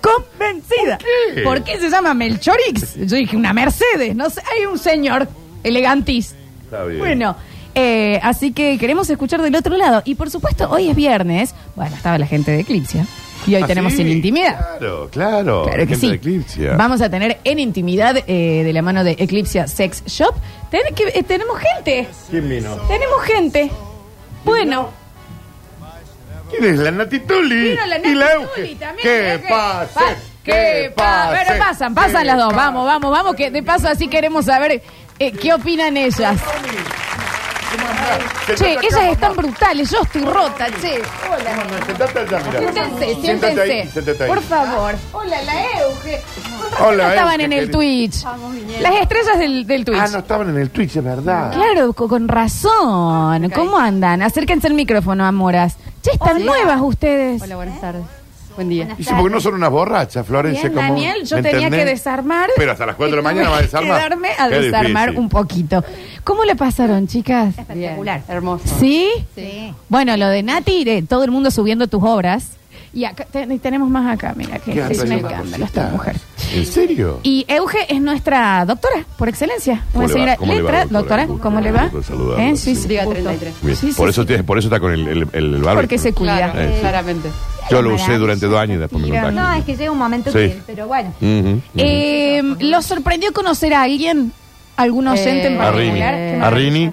Speaker 2: ¡Convencida!
Speaker 3: ¿Por qué?
Speaker 2: ¿Por qué se llama Melchorix? Yo dije, una Mercedes, no sé, hay un señor elegantis.
Speaker 3: Está bien.
Speaker 2: Bueno, eh, así que queremos escuchar del otro lado. Y por supuesto, hoy es viernes, bueno, estaba la gente de Eclipse, ¿eh? y hoy
Speaker 3: Ah,
Speaker 2: tenemos
Speaker 3: sí,
Speaker 2: Sin Intimidad.
Speaker 3: Claro, claro.
Speaker 2: Claro que
Speaker 3: Gente
Speaker 2: sí.
Speaker 3: de Eclipse.
Speaker 2: Vamos a tener en intimidad eh, de la mano de Eclipse Sex Shop. Ten- que- eh, tenemos gente.
Speaker 3: ¿Quién vino?
Speaker 2: Tenemos gente. Bueno,
Speaker 3: ¿Quién es la Natituli?
Speaker 2: vino la
Speaker 3: Y
Speaker 2: Nati
Speaker 3: la
Speaker 2: Zuli
Speaker 3: Euge.
Speaker 2: también.
Speaker 3: ¡Que pase!
Speaker 2: Pa- ¡Que pase! Bueno, pasan, pasan
Speaker 3: que
Speaker 2: las dos.
Speaker 3: pase.
Speaker 2: Vamos, vamos, vamos, que de paso así queremos saber eh, qué opinan ellas.
Speaker 3: Sentate
Speaker 2: Che,
Speaker 3: acá,
Speaker 2: ellas
Speaker 3: mamá.
Speaker 2: están brutales. Yo estoy rota, che. Hola.
Speaker 3: Sentate allá, mirá.
Speaker 2: Siéntense,
Speaker 3: Siéntate ahí, siéntate
Speaker 2: siéntense.
Speaker 3: ahí.
Speaker 2: Por favor. Hola, la Euge.
Speaker 3: Hola,
Speaker 2: no estaban
Speaker 3: Euge,
Speaker 2: en el
Speaker 3: querida.
Speaker 2: Twitch. Las estrellas del, del Twitch.
Speaker 3: Ah, no estaban en el Twitch, es verdad.
Speaker 2: Claro, co- con razón. ¿Cómo andan? Acérquense al micrófono, amoras. Che, están
Speaker 7: Hola.
Speaker 2: nuevas ustedes.
Speaker 7: Hola, buenas tardes. Buen día.
Speaker 3: Dice, porque no son unas borrachas, Florencia.
Speaker 2: Bien,
Speaker 3: como-
Speaker 2: Daniel, yo
Speaker 3: ¿me
Speaker 2: tenía
Speaker 3: entendés?
Speaker 2: que desarmar.
Speaker 3: Pero hasta las 4 de la
Speaker 2: Y
Speaker 3: mañana
Speaker 2: tuve
Speaker 3: va a
Speaker 2: que
Speaker 3: desarmar.
Speaker 2: Quedarme a
Speaker 3: Qué
Speaker 2: desarmar
Speaker 3: difícil.
Speaker 2: un poquito. ¿Cómo le pasaron, chicas?
Speaker 7: Espectacular. Hermoso.
Speaker 2: ¿Sí?
Speaker 7: Sí.
Speaker 2: Bueno, lo de Nati, de todo el mundo subiendo tus obras. Y acá ten- y tenemos más acá, mira, que
Speaker 3: ¿Qué has
Speaker 2: es un
Speaker 3: traído unas
Speaker 2: escándalo esta
Speaker 3: cositas?
Speaker 2: mujer.
Speaker 3: ¿En serio?
Speaker 2: Y Euge es nuestra doctora, por excelencia. Una
Speaker 3: ¿Cómo le va?
Speaker 2: señora
Speaker 3: ¿Cómo le va,
Speaker 2: letra,
Speaker 3: doctora?
Speaker 2: doctora,
Speaker 3: Un gusto,
Speaker 2: ¿cómo le
Speaker 3: un
Speaker 2: va?
Speaker 3: gusto saludarla,
Speaker 2: ¿Eh? Sí,
Speaker 3: sí.
Speaker 2: sí.
Speaker 7: Diga 33.
Speaker 3: Bien,
Speaker 2: Sí, sí,
Speaker 3: por, eso
Speaker 2: sí.
Speaker 3: tiene- por eso está con el, el, el- el bárbaro.
Speaker 2: Porque se cuida.
Speaker 7: Claro,
Speaker 3: Eh, sí.
Speaker 7: claramente.
Speaker 3: Yo lo usé durante dos años y después me
Speaker 2: Mira.
Speaker 3: contagié.
Speaker 8: No, es que llega un momento
Speaker 3: Sí.
Speaker 8: que. Pero bueno.
Speaker 3: Ujú, ujú.
Speaker 2: Eh, ¿Los sorprendió conocer a alguien? ¿Algún oyente en
Speaker 7: Eh,
Speaker 3: a Rini.
Speaker 2: particular?
Speaker 7: eh,
Speaker 2: ¿Qué
Speaker 3: A
Speaker 2: más?
Speaker 3: Rini.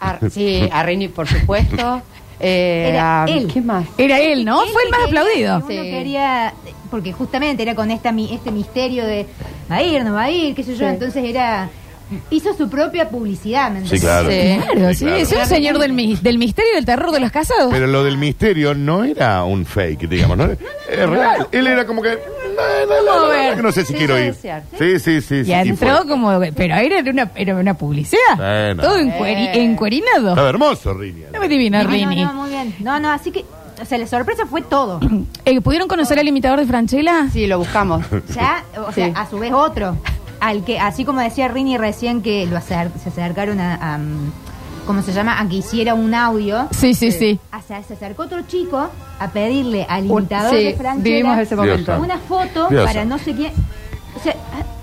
Speaker 7: A- sí, a Rini, por supuesto. Eh,
Speaker 8: Era
Speaker 7: a-
Speaker 8: él.
Speaker 7: ¿Qué más?
Speaker 2: ah, Era él, ¿no?
Speaker 8: Él
Speaker 2: Fue el
Speaker 8: que
Speaker 2: más
Speaker 8: quería,
Speaker 2: aplaudido.
Speaker 8: que uno
Speaker 7: Sí.
Speaker 8: quería- porque justamente era con esta, mi- este misterio de va a ir, no va a ir, qué sé yo. Entonces era. Hizo su propia publicidad, ¿me
Speaker 3: Sí,
Speaker 8: entendés?
Speaker 3: claro.
Speaker 7: Sí.
Speaker 2: Claro, sí,
Speaker 3: claro.
Speaker 2: es un señor del, mis- del misterio y del terror de los casados.
Speaker 3: Pero lo del misterio no era un fake, digamos, ¿no? Es real. Él era como que. No, no, no,
Speaker 2: Vamos a
Speaker 3: la
Speaker 2: ver.
Speaker 3: verdad que no sé si quiero ir.
Speaker 7: desear,
Speaker 3: Sí, sí, sí. sí,
Speaker 2: y entró
Speaker 3: fue.
Speaker 2: como... Pero era una, era una publicidad.
Speaker 3: Bueno.
Speaker 2: Todo encueri-
Speaker 7: Eh.
Speaker 2: encuerinado.
Speaker 3: Estaba hermoso, Rini.
Speaker 2: No me divino,
Speaker 8: No,
Speaker 2: Rini.
Speaker 8: no, no, muy bien. No, no, así que. O sea, la sorpresa fue todo.
Speaker 2: Eh, ¿Pudieron conocer al imitador de Franchella?
Speaker 7: Sí, lo buscamos.
Speaker 8: Ya, o sea,
Speaker 7: Sí.
Speaker 8: a su vez otro. Al que, así como decía Rini recién que lo acer- se acercaron a, a, um, ¿Cómo se llama? A que hiciera un audio.
Speaker 2: Sí, sí, sí.
Speaker 8: O sea, se acercó otro chico a pedirle al
Speaker 7: Un-
Speaker 8: imitador
Speaker 7: sí,
Speaker 8: de Franchella
Speaker 7: vivimos ese
Speaker 3: momento.
Speaker 8: una foto
Speaker 3: Diosa.
Speaker 8: para no sé quién. O sea,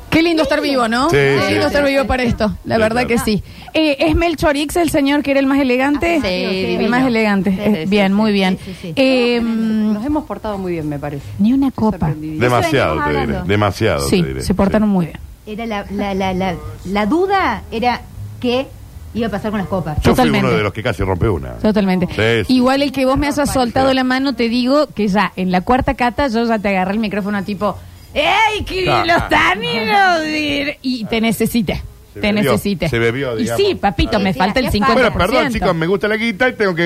Speaker 2: Qué lindo estar vivo, ¿no?
Speaker 3: Sí,
Speaker 2: Qué
Speaker 3: sí,
Speaker 2: lindo
Speaker 3: sí.
Speaker 2: estar vivo para esto. La
Speaker 3: Sí,
Speaker 2: verdad
Speaker 3: claro.
Speaker 2: que sí. Eh, ¿Es Melchor X el señor que era el más elegante?
Speaker 8: Ah, Sí,
Speaker 2: el
Speaker 7: divino.
Speaker 2: más elegante.
Speaker 8: Sí,
Speaker 2: Eh,
Speaker 7: sí,
Speaker 2: bien,
Speaker 7: sí,
Speaker 2: muy
Speaker 8: sí,
Speaker 2: bien.
Speaker 8: sí, sí.
Speaker 2: Eh,
Speaker 7: Nos hemos portado muy bien, me parece.
Speaker 2: ni una copa.
Speaker 7: Sorprendidísimo.
Speaker 3: Demasiado,
Speaker 8: Eso
Speaker 3: te diré.
Speaker 8: hablando.
Speaker 3: Demasiado,
Speaker 2: Sí,
Speaker 3: te diré.
Speaker 2: se portaron muy bien.
Speaker 8: era la, la, la, la, la duda era que iba a pasar con las copas.
Speaker 3: Yo fui
Speaker 2: Totalmente.
Speaker 3: uno de los que casi rompe una.
Speaker 2: Totalmente.
Speaker 3: Sí, sí.
Speaker 2: Igual el que vos me has soltado la mano, te digo que ya en la cuarta cata yo ya te agarré el micrófono tipo, ¡Ey, que
Speaker 3: Ah,
Speaker 2: los
Speaker 3: ah,
Speaker 2: taninos! y- Y te necesité.
Speaker 3: Se
Speaker 2: Te
Speaker 3: bebió,
Speaker 2: necesité.
Speaker 3: se bebió,
Speaker 2: Y
Speaker 3: digamos.
Speaker 2: sí, papito,
Speaker 8: Ah.
Speaker 2: me
Speaker 8: Sí,
Speaker 2: falta el
Speaker 8: hacía
Speaker 2: 50%.
Speaker 3: Bueno, perdón, chicos, me gusta la guita y tengo que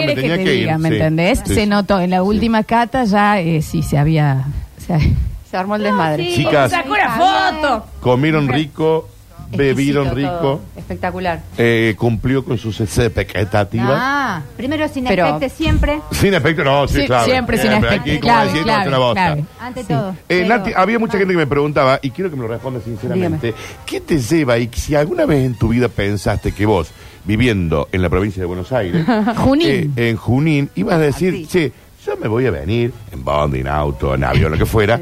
Speaker 2: ¿Qué
Speaker 3: Me
Speaker 2: querés
Speaker 3: tenía que,
Speaker 2: te diga,
Speaker 3: ir.
Speaker 2: ¿Me
Speaker 3: sí.
Speaker 2: entendés?
Speaker 3: Sí,
Speaker 2: Se
Speaker 3: sí.
Speaker 2: notó. En la última cata ya eh, sí se había. se había-
Speaker 7: Se armó el desmadre.
Speaker 8: sí.
Speaker 3: Chicas.
Speaker 2: ¡Sacó una foto!
Speaker 3: Comieron rico, bebieron
Speaker 7: Exquisito todo,
Speaker 3: rico,
Speaker 7: Espectacular.
Speaker 3: eh, cumplió con sus expectativas.
Speaker 8: Ah, primero sin
Speaker 7: Pero-
Speaker 8: expecte siempre,
Speaker 3: Sin aspecto, no, sí,
Speaker 2: Sí,
Speaker 3: claro.
Speaker 2: siempre sin aspecto,
Speaker 3: Aquí, como
Speaker 2: clave,
Speaker 3: decía,
Speaker 2: clave,
Speaker 3: no, es una bosta.
Speaker 2: clave.
Speaker 8: ante
Speaker 2: Sí.
Speaker 8: todo.
Speaker 3: Eh,
Speaker 8: Pero- ah,
Speaker 3: Nati, había mucha gente que me preguntaba, y quiero que me lo respondas sinceramente, ¿qué te lleva y si alguna vez en tu vida pensaste que vos, viviendo en la provincia de Buenos Aires,
Speaker 2: Junín.
Speaker 3: eh, en Junín, ibas a decir, che, yo me voy a venir en bondi, en auto, en avión, lo que fuera,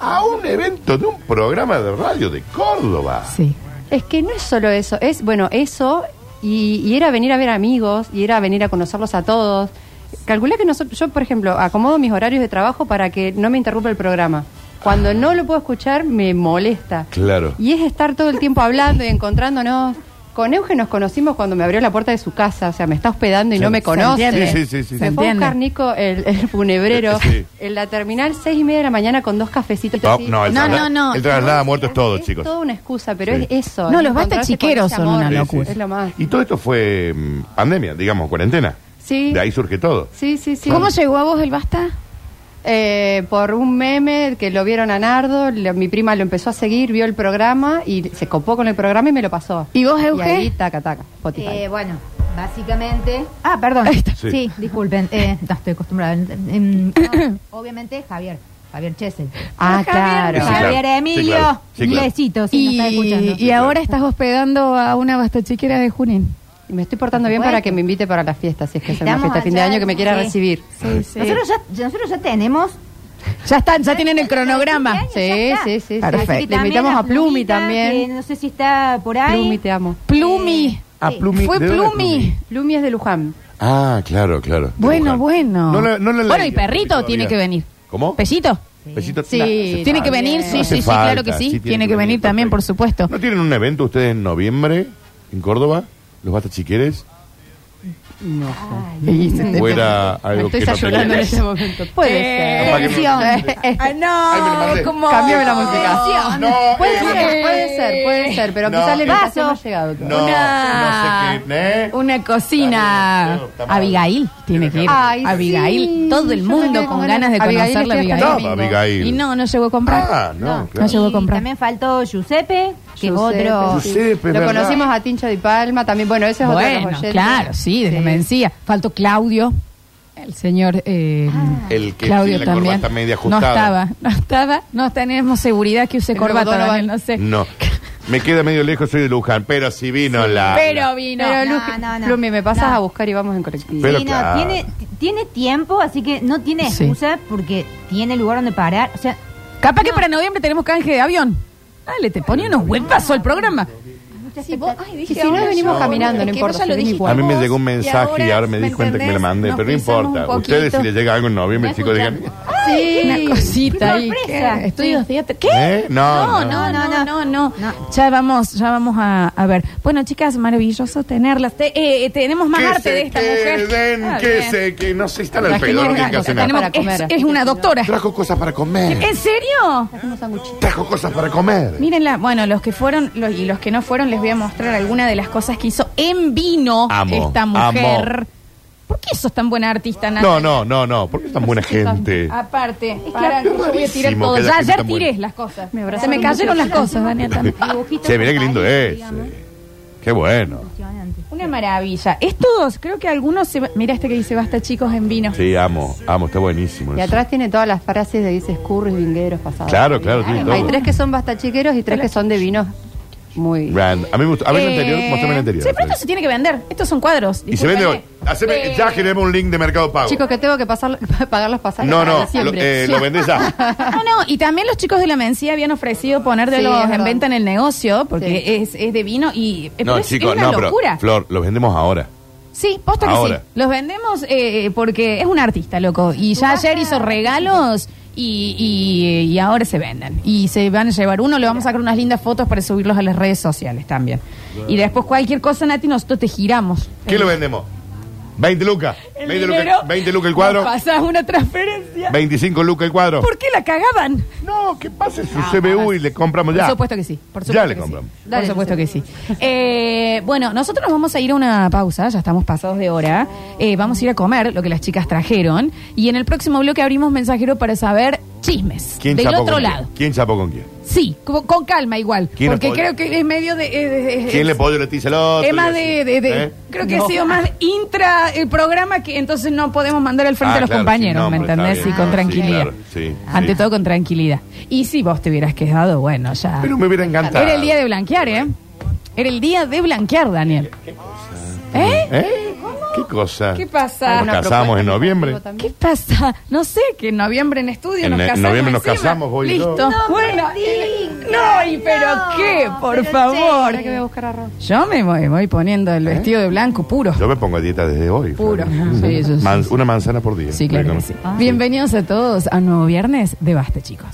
Speaker 3: a un evento de un programa de radio de Córdoba?
Speaker 2: Sí.
Speaker 9: Es que no es solo eso, es bueno, eso y, y era venir a ver amigos y era venir a conocerlos a todos. Calculé que nosotros, yo por ejemplo, acomodo mis horarios de trabajo para que no me interrumpa el programa. Cuando no lo puedo escuchar me molesta.
Speaker 3: Claro.
Speaker 9: Y es estar todo el tiempo hablando y encontrándonos. Con Euge nos conocimos cuando me abrió la puerta de su casa, o sea, me está hospedando y no me conoce.
Speaker 2: entiende.
Speaker 3: Sí, sí, sí, sí.
Speaker 9: Me
Speaker 2: Se
Speaker 9: fue a buscar
Speaker 2: entiende.
Speaker 9: Nico, el, el funebrero,
Speaker 3: Sí.
Speaker 9: en la terminal, seis y media de la mañana con dos cafecitos.
Speaker 3: No,
Speaker 9: así.
Speaker 3: no, el
Speaker 2: No,
Speaker 3: traslado,
Speaker 2: no, no.
Speaker 3: el traslado a muerto es todo,
Speaker 9: Es
Speaker 3: chicos.
Speaker 9: toda una excusa, pero
Speaker 3: Sí.
Speaker 9: es eso.
Speaker 2: No,
Speaker 9: es
Speaker 2: los basta
Speaker 9: encontrarse con
Speaker 2: chiqueros
Speaker 9: ese
Speaker 2: son
Speaker 9: amor.
Speaker 2: una
Speaker 3: Sí, sí,
Speaker 2: locura.
Speaker 3: sí.
Speaker 9: Es lo más.
Speaker 3: Y todo esto fue mm, pandemia, digamos, cuarentena.
Speaker 9: Sí.
Speaker 3: De ahí surge todo.
Speaker 9: Sí, sí, sí.
Speaker 2: ¿Cómo llegó a vos el basta?
Speaker 9: Eh, por un meme que lo vieron a Nardo, le- mi prima lo empezó a seguir, vio el programa y se copó con el programa y me lo pasó.
Speaker 2: ¿Y vos,
Speaker 9: Y
Speaker 2: Euge?
Speaker 9: ahí, taca, taca, Spotify.
Speaker 8: Eh, bueno, básicamente. Ah, perdón.
Speaker 2: Ahí está.
Speaker 8: Sí,
Speaker 3: Sí.
Speaker 8: disculpen. eh, no estoy acostumbrada. Em, ah, obviamente, Javier. Javier Chesel.
Speaker 9: ah, claro.
Speaker 3: Sí, claro.
Speaker 8: Javier Emilio.
Speaker 3: Sí, claro. Sí, claro.
Speaker 8: Un besito, si nos está
Speaker 2: Y,
Speaker 8: escuchando.
Speaker 2: y ahora estás hospedando a una bastachiquera de Junín.
Speaker 9: Y Me estoy portando bien
Speaker 8: Bueno.
Speaker 9: para que me invite para la fiesta, si es que es una
Speaker 8: Estamos
Speaker 9: fiesta de fin de
Speaker 8: allá,
Speaker 9: año que me quiera
Speaker 8: sí.
Speaker 9: recibir.
Speaker 2: Sí, sí.
Speaker 8: Nosotros ya, nosotros ya tenemos.
Speaker 2: Ya están,
Speaker 8: Ah,
Speaker 2: ya tienen el
Speaker 8: este
Speaker 2: cronograma.
Speaker 8: Años, ya está.
Speaker 9: sí, sí, sí.
Speaker 2: Perfecto.
Speaker 8: Así
Speaker 9: Le
Speaker 8: que también
Speaker 9: invitamos
Speaker 8: la
Speaker 9: a Plumi
Speaker 8: Plumita, que
Speaker 9: también.
Speaker 8: No sé si está por ahí.
Speaker 9: Plumi, te amo.
Speaker 2: Plumi.
Speaker 3: Ah,
Speaker 8: Sí.
Speaker 3: Plumi,
Speaker 2: Fue
Speaker 3: ¿de dónde es
Speaker 2: Plumi.
Speaker 9: Plumi es de Luján.
Speaker 3: Ah, claro, claro.
Speaker 2: Bueno,
Speaker 3: Dibujante.
Speaker 2: bueno.
Speaker 3: No la- no la
Speaker 2: bueno,
Speaker 3: leí
Speaker 2: y perrito
Speaker 3: todavía.
Speaker 2: tiene que venir.
Speaker 3: ¿Cómo?
Speaker 2: ¿Pellito?
Speaker 3: Besito.
Speaker 9: Sí.
Speaker 3: Nah, hace
Speaker 2: Tiene que
Speaker 3: falta.
Speaker 2: venir,
Speaker 3: No
Speaker 2: sí,
Speaker 3: hace
Speaker 2: sí, sí,
Speaker 3: falta,
Speaker 2: claro que sí. tiene que venir también, por
Speaker 3: perfecto.
Speaker 2: supuesto.
Speaker 3: ¿No tienen un evento ustedes en noviembre en Córdoba? ¿Los Basta Chiqueres?
Speaker 9: Y se te-
Speaker 3: ¿O era
Speaker 9: Me
Speaker 3: algo
Speaker 9: estoy
Speaker 3: que no
Speaker 9: desayunando en
Speaker 3: tenían?
Speaker 9: este momento. Puede
Speaker 3: Capaz que
Speaker 9: ser.
Speaker 3: no-
Speaker 2: Ay,
Speaker 3: Ay, me lo
Speaker 2: no,
Speaker 3: mandé.
Speaker 2: como...
Speaker 9: Cámbiame la música.
Speaker 3: No,
Speaker 9: Puede
Speaker 3: eh,
Speaker 9: ser, puede ser, puede ser, pero
Speaker 3: No,
Speaker 9: quizás la
Speaker 3: eh,
Speaker 9: invitación no ha llegado.
Speaker 3: No,
Speaker 2: Una-
Speaker 3: no sé qué. ¿eh?
Speaker 2: Una cocina.
Speaker 3: Está mal.
Speaker 2: Abigail tiene que ir.
Speaker 9: Ay, sí.
Speaker 2: Abigail, todo el
Speaker 9: Yo me
Speaker 2: mundo
Speaker 9: quedé
Speaker 2: con
Speaker 9: con
Speaker 2: ganas de
Speaker 9: ganas. Abigail,
Speaker 2: conocerla.
Speaker 9: estoy
Speaker 2: Abigail.
Speaker 9: hasta
Speaker 3: No, Abigail.
Speaker 2: Y no, no llegó a comprar.
Speaker 3: Ah, no,
Speaker 9: No.
Speaker 3: claro.
Speaker 2: No llegó a
Speaker 8: Y
Speaker 2: comprar.
Speaker 8: También faltó Giuseppe, que es
Speaker 9: Giuseppe,
Speaker 8: otro.
Speaker 9: sí.
Speaker 3: Giuseppe,
Speaker 9: Lo
Speaker 3: ¿verdad?
Speaker 9: conocimos a Tincho Di Palma también. Bueno, ese es otro de los
Speaker 2: Bueno,
Speaker 9: oyentes.
Speaker 2: claro, sí, desde
Speaker 9: Sí.
Speaker 2: Mencía. Faltó Claudio, el señor eh,
Speaker 3: El que
Speaker 2: Claudio
Speaker 3: tiene la
Speaker 2: también.
Speaker 3: corbata media
Speaker 2: no
Speaker 3: ajustada.
Speaker 2: estaba, no estaba, no tenemos seguridad que use
Speaker 9: El
Speaker 2: corbata,
Speaker 9: Donovan.
Speaker 2: Daniel, no sé.
Speaker 3: No. Me queda medio lejos, soy de Luján, pero si vino la...
Speaker 2: Pero
Speaker 3: la-
Speaker 2: vino.
Speaker 9: Pero
Speaker 8: No,
Speaker 9: Lu-
Speaker 8: no, no.
Speaker 9: Lumi, me pasas
Speaker 8: No.
Speaker 9: a buscar y vamos en colectivo.
Speaker 3: Pero
Speaker 8: sí, no,
Speaker 3: claro.
Speaker 8: tiene, t- tiene tiempo, así que no tiene
Speaker 2: Sí.
Speaker 8: excusa porque tiene lugar donde parar. O sea,
Speaker 2: Capaz que para noviembre tenemos canje de avión. Dale, te ponía unos huevazos al programa.
Speaker 9: Y si no, venimos caminando, no importa. si venís
Speaker 3: A
Speaker 9: igual.
Speaker 3: mí me llegó un mensaje y ahora, me di cuenta que me lo mandé, pero no importa. Ustedes si les llega algo en noviembre, chicos, digan...
Speaker 9: Sí.
Speaker 2: Una cosita ahí.
Speaker 8: sorpresa.
Speaker 2: que- Estudios de teatro. ¿Qué?
Speaker 3: ¿Eh?
Speaker 2: No,
Speaker 3: No,
Speaker 2: no, no, no, no,
Speaker 8: No.
Speaker 2: Ya vamos, ya vamos a, a ver. Bueno, chicas, maravilloso tenerlas. Te- eh, eh, tenemos más
Speaker 3: Que
Speaker 2: arte
Speaker 3: se
Speaker 2: de esta
Speaker 3: queden,
Speaker 2: mujer. Ah,
Speaker 3: que
Speaker 2: bien.
Speaker 3: se que no se instala el
Speaker 9: Imagínate
Speaker 3: pedo, no
Speaker 9: una
Speaker 3: tiene que
Speaker 9: cosa,
Speaker 3: hacer nada.
Speaker 2: Tenemos- Eh,
Speaker 9: para comer.
Speaker 2: es, es una doctora.
Speaker 3: Trajo cosas para comer.
Speaker 2: ¿En serio?
Speaker 9: Unos sanguchitos.
Speaker 3: Trajo cosas para comer.
Speaker 2: Mírenla. Bueno, los que fueron los, y los que no fueron, les voy a mostrar alguna de las cosas que hizo en vino
Speaker 3: Amo,
Speaker 2: esta mujer. ¿Por qué sos tan buena artista, Nata?
Speaker 3: No, no, no, no. ¿Por qué es tan buena gente?
Speaker 2: Aparte, para,
Speaker 3: qué
Speaker 2: yo voy a tirar
Speaker 3: rarísimo
Speaker 2: todo.
Speaker 3: que la
Speaker 2: Ya,
Speaker 3: gente
Speaker 2: ayer
Speaker 3: tan buena.
Speaker 2: tiré las cosas.
Speaker 9: Me
Speaker 2: Se
Speaker 9: abrazaron
Speaker 2: me cayeron las
Speaker 9: mucho.
Speaker 2: cosas, Daniel, también.
Speaker 8: dibujitos
Speaker 3: Che, mirá qué
Speaker 8: con
Speaker 3: lindo
Speaker 8: varios,
Speaker 3: es. eh.
Speaker 8: digamos.
Speaker 3: Qué bueno.
Speaker 8: Impresionante.
Speaker 2: Una maravilla. Estos, creo que algunos se... va- Mira este que dice, basta chicos en vino.
Speaker 3: Sí, amo, amo, está buenísimo.
Speaker 9: Y
Speaker 3: eso.
Speaker 9: atrás tiene todas las frases de dices curris, vingueros, pasados.
Speaker 3: Claro, claro, tiene
Speaker 9: Hay
Speaker 3: todo.
Speaker 9: tres que son bastachiqueros y tres que son de vinos muy... Eh,
Speaker 3: Brand. A mí me gustó. A ver el anterior, mostrame el anterior.
Speaker 2: Eh, Sí, pero esto Eh, se tiene que vender. Estos son cuadros.
Speaker 3: Y se vende hoy. Haceme- ya generemos un link de Mercado Pago.
Speaker 9: Chicos, que tengo que pasar, pagar los pasajes.
Speaker 3: No,
Speaker 9: para
Speaker 3: no, lo,
Speaker 9: diciembre.
Speaker 3: eh, lo vendés ya.
Speaker 2: No, no, y también los chicos de la Mencía habían ofrecido
Speaker 9: Sí,
Speaker 2: ponértelos
Speaker 9: es
Speaker 2: en
Speaker 9: verdad.
Speaker 2: venta en el negocio, porque
Speaker 9: Sí.
Speaker 2: es, es de vino y eh, pero
Speaker 3: No,
Speaker 2: es,
Speaker 3: chicos,
Speaker 2: es una
Speaker 3: no, pero.
Speaker 2: locura.
Speaker 3: Flor, los vendemos ahora.
Speaker 2: Sí, posta que
Speaker 3: Ahora.
Speaker 2: eh, sí. Los vendemos eh, porque es un artista, loco. Y ya ayer hizo regalos y, y- y ahora se venden. Y se van a llevar uno, le vamos a sacar unas lindas fotos para subirlos a las redes sociales también. Y después cualquier cosa, Nati, nosotros te giramos.
Speaker 3: ¿Qué lo vendemos? 20 lucas.
Speaker 2: Eh. El
Speaker 3: 20
Speaker 2: dinero,
Speaker 3: lucas, 20 lucas el cuadro.
Speaker 2: nos Pasás una transferencia.
Speaker 3: 25 lucas el cuadro.
Speaker 2: ¿Por qué la cagaban?
Speaker 3: No, que pase su CBU y le compramos ya.
Speaker 2: Por supuesto que sí. Por
Speaker 3: Ya
Speaker 2: supuesto
Speaker 3: le
Speaker 2: que sí.
Speaker 3: compramos.
Speaker 2: Por supuesto que sí. Eh, bueno, nosotros nos vamos a ir a una pausa, ya estamos pasados de hora. Eh, vamos a ir a comer lo que las chicas trajeron. Y en el próximo bloque abrimos mensajero para saber chismes.
Speaker 3: ¿Quién
Speaker 2: del
Speaker 3: chapó
Speaker 2: otro
Speaker 3: con quién?
Speaker 2: lado.
Speaker 3: ¿Quién chapó con quién?
Speaker 2: Sí, co- con calma igual.
Speaker 3: ¿Quién
Speaker 2: Porque
Speaker 3: apoya?
Speaker 2: creo que es medio de. eh, de- de-
Speaker 3: ¿Quién le pollo le tiza al otro?
Speaker 2: es más
Speaker 3: Y así.
Speaker 2: de, de- de-
Speaker 3: ¿Eh?
Speaker 2: creo que ha sido más intra el programa que entonces no podemos mandar al frente
Speaker 3: Ah,
Speaker 2: a los
Speaker 3: claro,
Speaker 2: compañeros,
Speaker 3: sin nombre,
Speaker 2: ¿me entendés?
Speaker 3: está bien.
Speaker 2: Y con
Speaker 3: Ah,
Speaker 2: tranquilidad.
Speaker 3: Sí, claro, sí,
Speaker 2: Ante
Speaker 3: sí.
Speaker 2: todo con tranquilidad. Y si vos te hubieras quedado, bueno, ya.
Speaker 3: Pero me hubiera encantado.
Speaker 2: Era el día de blanquear, ¿eh? Era el día de blanquear, Daniel. ¿Eh?
Speaker 3: ¿Eh? ¿Qué cosa?
Speaker 2: ¿Qué pasa?
Speaker 3: Nos casamos en noviembre.
Speaker 2: ¿Qué pasa? No sé, que en noviembre en estudio
Speaker 3: En
Speaker 2: nos
Speaker 3: ne-
Speaker 2: casamos.
Speaker 3: noviembre nos
Speaker 2: encima.
Speaker 3: casamos, voy yo.
Speaker 2: Listo.
Speaker 8: No,
Speaker 2: bueno,
Speaker 8: pero digna,
Speaker 2: no, y pero
Speaker 8: no,
Speaker 2: qué, por
Speaker 8: pero
Speaker 2: favor.
Speaker 8: che.
Speaker 9: Ahora que voy a buscar arroz.
Speaker 2: Yo me voy, voy poniendo el vestido de blanco puro.
Speaker 3: ¿Eh? Yo me pongo a dieta desde hoy.
Speaker 2: Puro.
Speaker 3: Flor.
Speaker 2: Sí, sí, sí,
Speaker 3: Man-
Speaker 2: sí.
Speaker 3: Una manzana por día.
Speaker 2: Sí, claro que
Speaker 3: Recono-
Speaker 2: sí. Bienvenidos a todos a un nuevo viernes de Basta, chicos.